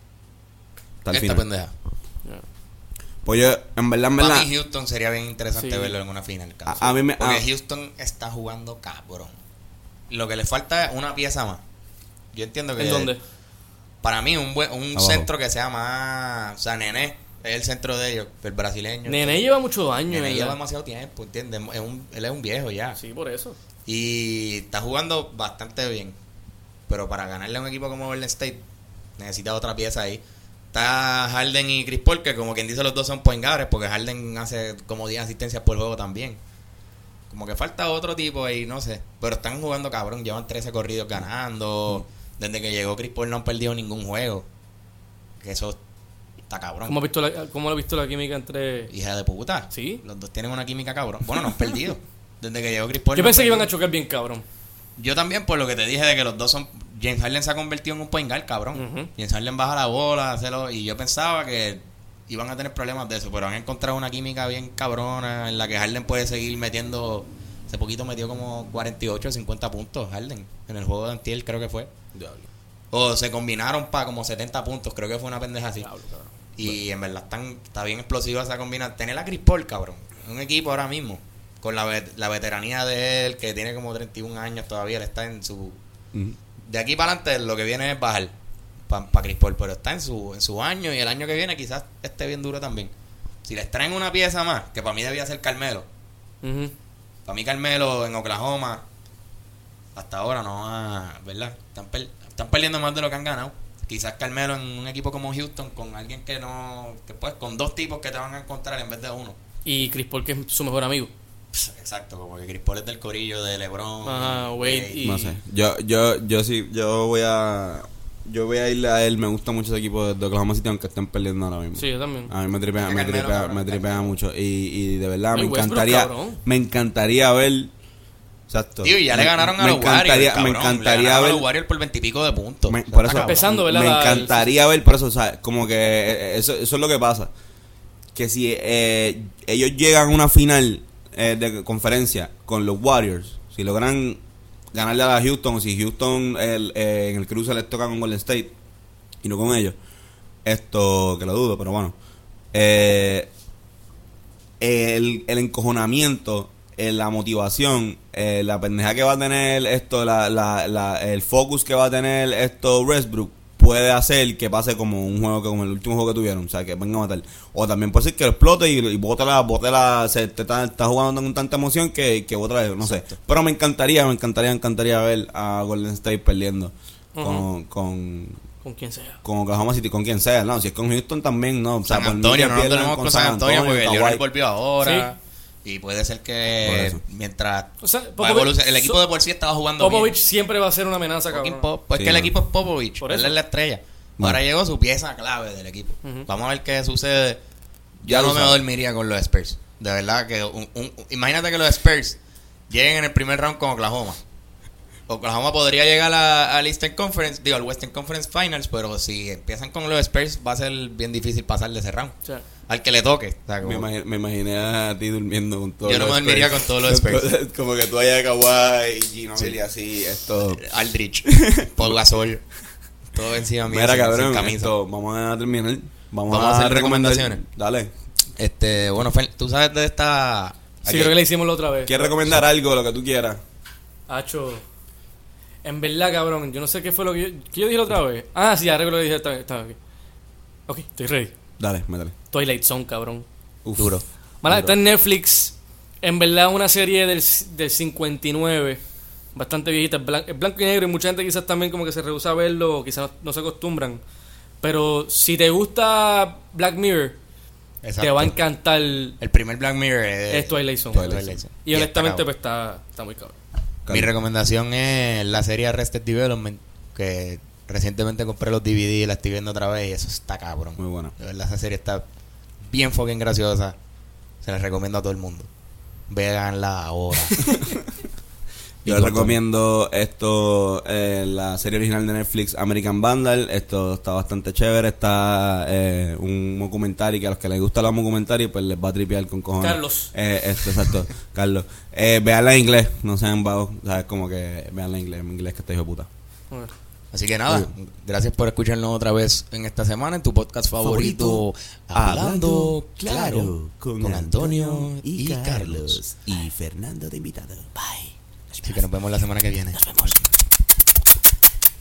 Speaker 3: hasta el
Speaker 1: Esta
Speaker 3: final.
Speaker 1: pendeja.
Speaker 3: Pues yo, en verdad, en verdad,
Speaker 1: Para mí Houston sería bien interesante
Speaker 2: Sí.
Speaker 1: verlo en una final. cabrón.
Speaker 3: A- a mí me-
Speaker 1: Porque
Speaker 3: a-
Speaker 1: Houston está jugando cabrón. Lo que le falta es una pieza más. Eh, Yo entiendo que...
Speaker 2: ¿En dónde?
Speaker 1: Para mí un, buen- un
Speaker 3: Abajo.
Speaker 1: centro que sea más... O sea, Nené es el centro de ellos, el brasileño.
Speaker 2: Nene lleva muchos años.
Speaker 1: Nené
Speaker 2: ¿verdad?
Speaker 1: lleva demasiado tiempo, ¿entiendes? Es un- él es un viejo ya.
Speaker 2: Sí, por eso.
Speaker 1: Y está jugando bastante bien. Pero para ganarle a un equipo como Golden State, necesita otra pieza ahí. Está Harden y Chris Paul, que como quien dice los dos son poengabres, porque Harden hace como 10 asistencias por juego también. Como que falta otro tipo ahí, no sé. Pero están jugando cabrón, llevan 13 corridos ganando. Desde que llegó Chris Paul no han perdido ningún juego. Que eso está cabrón.
Speaker 2: ¿Cómo, ha visto la- cómo lo ha visto la química entre.?
Speaker 1: Hija de puta.
Speaker 2: Sí.
Speaker 1: Los dos tienen una química cabrón. Bueno, no han perdido. Desde que llegó Chris Paul.
Speaker 2: Yo
Speaker 1: no han
Speaker 2: pensé que iban a
Speaker 1: perdido.
Speaker 2: chocar bien, cabrón.
Speaker 1: Yo también, por lo que te dije de que los dos son. James Harden se ha convertido en un point guard, cabrón.
Speaker 2: Ujú.
Speaker 1: James Harden baja la bola, hace lo- Y yo pensaba que iban a tener problemas de eso, pero han encontrado una química bien cabrona en la que Harden puede seguir metiendo. Hace poquito metió como 48 o 50 puntos Harden en el juego de Antiel, creo que fue.
Speaker 3: Diablo.
Speaker 1: O se combinaron para como 70 puntos, creo que fue una pendeja así.
Speaker 2: Diablo, cabrón.
Speaker 1: Y en verdad están, está bien explosiva esa combinación. Tener a Chris Paul, cabrón. Un equipo ahora mismo. Con la, vet- la veteranía de él, que tiene como 31 años todavía. Él está en su... De aquí para adelante lo que viene es bajar para Chris Paul. Pero está en su, en su año y el año que viene quizás esté bien duro también. Si les traen una pieza más, que para mí debía ser Carmelo.
Speaker 2: Ujú.
Speaker 1: Para mí Carmelo en Oklahoma hasta ahora no ha, ¿verdad? Están, per- están perdiendo más de lo que han ganado. Quizás Carmelo en un equipo como Houston con alguien que no que pues con dos tipos que te van a encontrar en vez de uno.
Speaker 2: Y Chris Paul, que es su mejor amigo.
Speaker 1: Pss, Exacto, como que Chris Paul es del corillo de LeBron.
Speaker 2: Ajá, Wade
Speaker 1: Wade.
Speaker 2: y-
Speaker 3: No sé. Yo, yo, yo sí, yo voy a. Yo voy a irle a él. Me gusta mucho ese equipo de- de Oklahoma City, aunque estén perdiendo ahora mismo.
Speaker 2: Sí, yo también.
Speaker 3: A mí me tripea,
Speaker 1: Es que
Speaker 3: me
Speaker 1: Carmelo,
Speaker 3: tripea,
Speaker 1: cabrón,
Speaker 3: me tripea
Speaker 1: Carmelo.
Speaker 3: mucho. Y, y de verdad,
Speaker 2: Y
Speaker 3: me
Speaker 2: Westbrook,
Speaker 3: encantaría.
Speaker 2: cabrón.
Speaker 3: Me encantaría ver. Exacto.
Speaker 1: Tío, y ya le
Speaker 3: Me-
Speaker 1: ganaron a
Speaker 3: me
Speaker 1: los Warriors.
Speaker 3: encantaría-
Speaker 1: cabrón.
Speaker 3: Me
Speaker 1: le
Speaker 3: encantaría
Speaker 1: ganaron a
Speaker 3: ver.
Speaker 1: los Warriors por veintipico de puntos.
Speaker 3: Me,
Speaker 1: Eso
Speaker 3: por
Speaker 1: está
Speaker 3: eso,
Speaker 1: cabrón.
Speaker 2: empezando, ¿verdad?
Speaker 3: Me
Speaker 2: La-
Speaker 3: encantaría ver, por eso, o sea, como que eh, eso, eso es lo que pasa. Que si eh, ellos llegan a una final eh, de conferencia con los Warriors, si logran ganarle a Houston, si Houston el, eh, en el cruce les toca con Golden State y no con ellos, esto que lo dudo, pero bueno. Eh, el, el encojonamiento, eh, la motivación, eh, la pendeja que va a tener esto, la, la- la- el focus que va a tener esto Westbrook puede hacer que pase como un juego que como el último juego que tuvieron, o sea, que venga a matar. O también puede ser que lo explote y, y bote la, bote la, se te está, está jugando con tanta emoción que, que otra vez, no sé. Pero me encantaría, me encantaría, me encantaría ver a Golden State perdiendo con, con,
Speaker 2: Con quien sea.
Speaker 3: con Oklahoma City, con quien sea, no, si es con Houston también, no, o sea,
Speaker 1: San
Speaker 3: por mí
Speaker 1: Antonio,
Speaker 3: que
Speaker 1: no nos
Speaker 3: pierdan
Speaker 1: tenemos con San Antonio, porque
Speaker 3: Kawhi.
Speaker 1: Jordan volvió ahora. Y puede ser
Speaker 3: Por
Speaker 1: que
Speaker 3: eso.
Speaker 1: mientras
Speaker 2: O sea,
Speaker 1: va
Speaker 2: Popovich-
Speaker 1: evolucionando- el equipo
Speaker 2: so-
Speaker 1: de por sí estaba jugando
Speaker 2: Popovich
Speaker 1: bien.
Speaker 2: siempre va a ser una amenaza, cabrón.
Speaker 1: Fucking Pop. Pues
Speaker 3: Sí,
Speaker 1: que el
Speaker 3: no.
Speaker 1: equipo es Popovich,
Speaker 2: Por
Speaker 1: él
Speaker 2: eso.
Speaker 1: es la estrella.
Speaker 3: Bueno.
Speaker 1: Ahora llegó su pieza clave del equipo.
Speaker 2: Ujú.
Speaker 1: Vamos a ver qué sucede.
Speaker 3: Ya
Speaker 1: Ya
Speaker 3: lo
Speaker 1: no me
Speaker 3: sabes.
Speaker 1: dormiría con los Spurs. De verdad que un- un- un- imagínate que los Spurs lleguen en el primer round con Oklahoma. Oklahoma podría llegar a- al Eastern Conference, digo al Western Conference Finals, pero si empiezan con los Spurs va a ser bien difícil pasar de ese round.
Speaker 2: O sea,
Speaker 1: Al que le toque. O sea,
Speaker 3: Me,
Speaker 1: como-
Speaker 3: imagi- me imaginé a ti durmiendo con todos
Speaker 1: Yo no
Speaker 3: los
Speaker 1: me dormiría
Speaker 3: Spurs.
Speaker 1: con todos los Spurs.
Speaker 3: Entonces, Como que tú allá de Kawhi y Gino Billy así, esto...
Speaker 1: Aldrich, Paul Gasol, todo encima mío.
Speaker 3: Mira,
Speaker 1: sin- sin
Speaker 3: cabrón,
Speaker 1: camisa.
Speaker 3: esto, vamos a terminar. Vamos,
Speaker 1: Vamos a hacer
Speaker 3: recomendar-
Speaker 1: recomendaciones.
Speaker 3: Dale.
Speaker 1: Este, bueno, Fel, tú sabes de esta.
Speaker 2: sí,
Speaker 1: aquí-
Speaker 2: creo que le hicimos la otra vez.
Speaker 3: ¿Quieres recomendar algo, lo que tú quieras?
Speaker 2: Hacho. En verdad, cabrón, yo no sé qué fue lo que yo, ¿qué yo dije la otra vez. Ah, sí, ahora que lo dije esta vez. esta vez, ok, Ok, estoy ready.
Speaker 3: Dale, métale.
Speaker 2: Twilight Zone, cabrón.
Speaker 3: Uf.
Speaker 1: Duro.
Speaker 2: Mala,
Speaker 3: Duro.
Speaker 2: está en Netflix. En verdad, una serie del, del 59. Bastante viejita. Es blan- es blanco y negro. Y mucha gente quizás también como que se rehúsa a verlo. O quizás no, no se acostumbran. Pero si te gusta Black Mirror, te
Speaker 1: Exacto.
Speaker 2: va a encantar
Speaker 1: El primer Black Mirror
Speaker 2: es
Speaker 1: es,
Speaker 2: Eh, Twilight Zone.
Speaker 1: Twilight
Speaker 3: Zone. pues,
Speaker 1: Zone.
Speaker 2: Y honestamente,
Speaker 1: está
Speaker 2: pues está, está muy cabrón.
Speaker 1: cabrón. Mi recomendación es la serie Arrested Development, que recientemente compré los DVD y la estoy viendo otra vez y eso está cabrón.
Speaker 3: Muy bueno.
Speaker 1: De verdad, esa serie está bien fucking graciosa. Se la recomiendo a todo el mundo. Véanla ahora. Y
Speaker 3: Yo les
Speaker 1: con-
Speaker 3: recomiendo esto, eh, la serie original de Netflix, American Vandal. Esto está bastante chévere. Está eh, un documentary que a los que les gusta los documentarios, pues les va a tripear con cojones.
Speaker 2: Carlos.
Speaker 3: Eh, esto, exacto. Carlos. Eh, veanla en inglés, no sean vagos. ¿Sabes? Como que veanla en inglés, en inglés que está hijo de puta.
Speaker 2: Bueno.
Speaker 1: Así que nada, gracias por escucharnos otra vez en esta semana en tu podcast favorito, Hablando Claro, con, Antonio y Carlos.
Speaker 4: y Fernando de invitado. Bye.
Speaker 1: Así que nos vemos la semana que viene.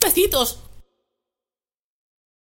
Speaker 4: Besitos.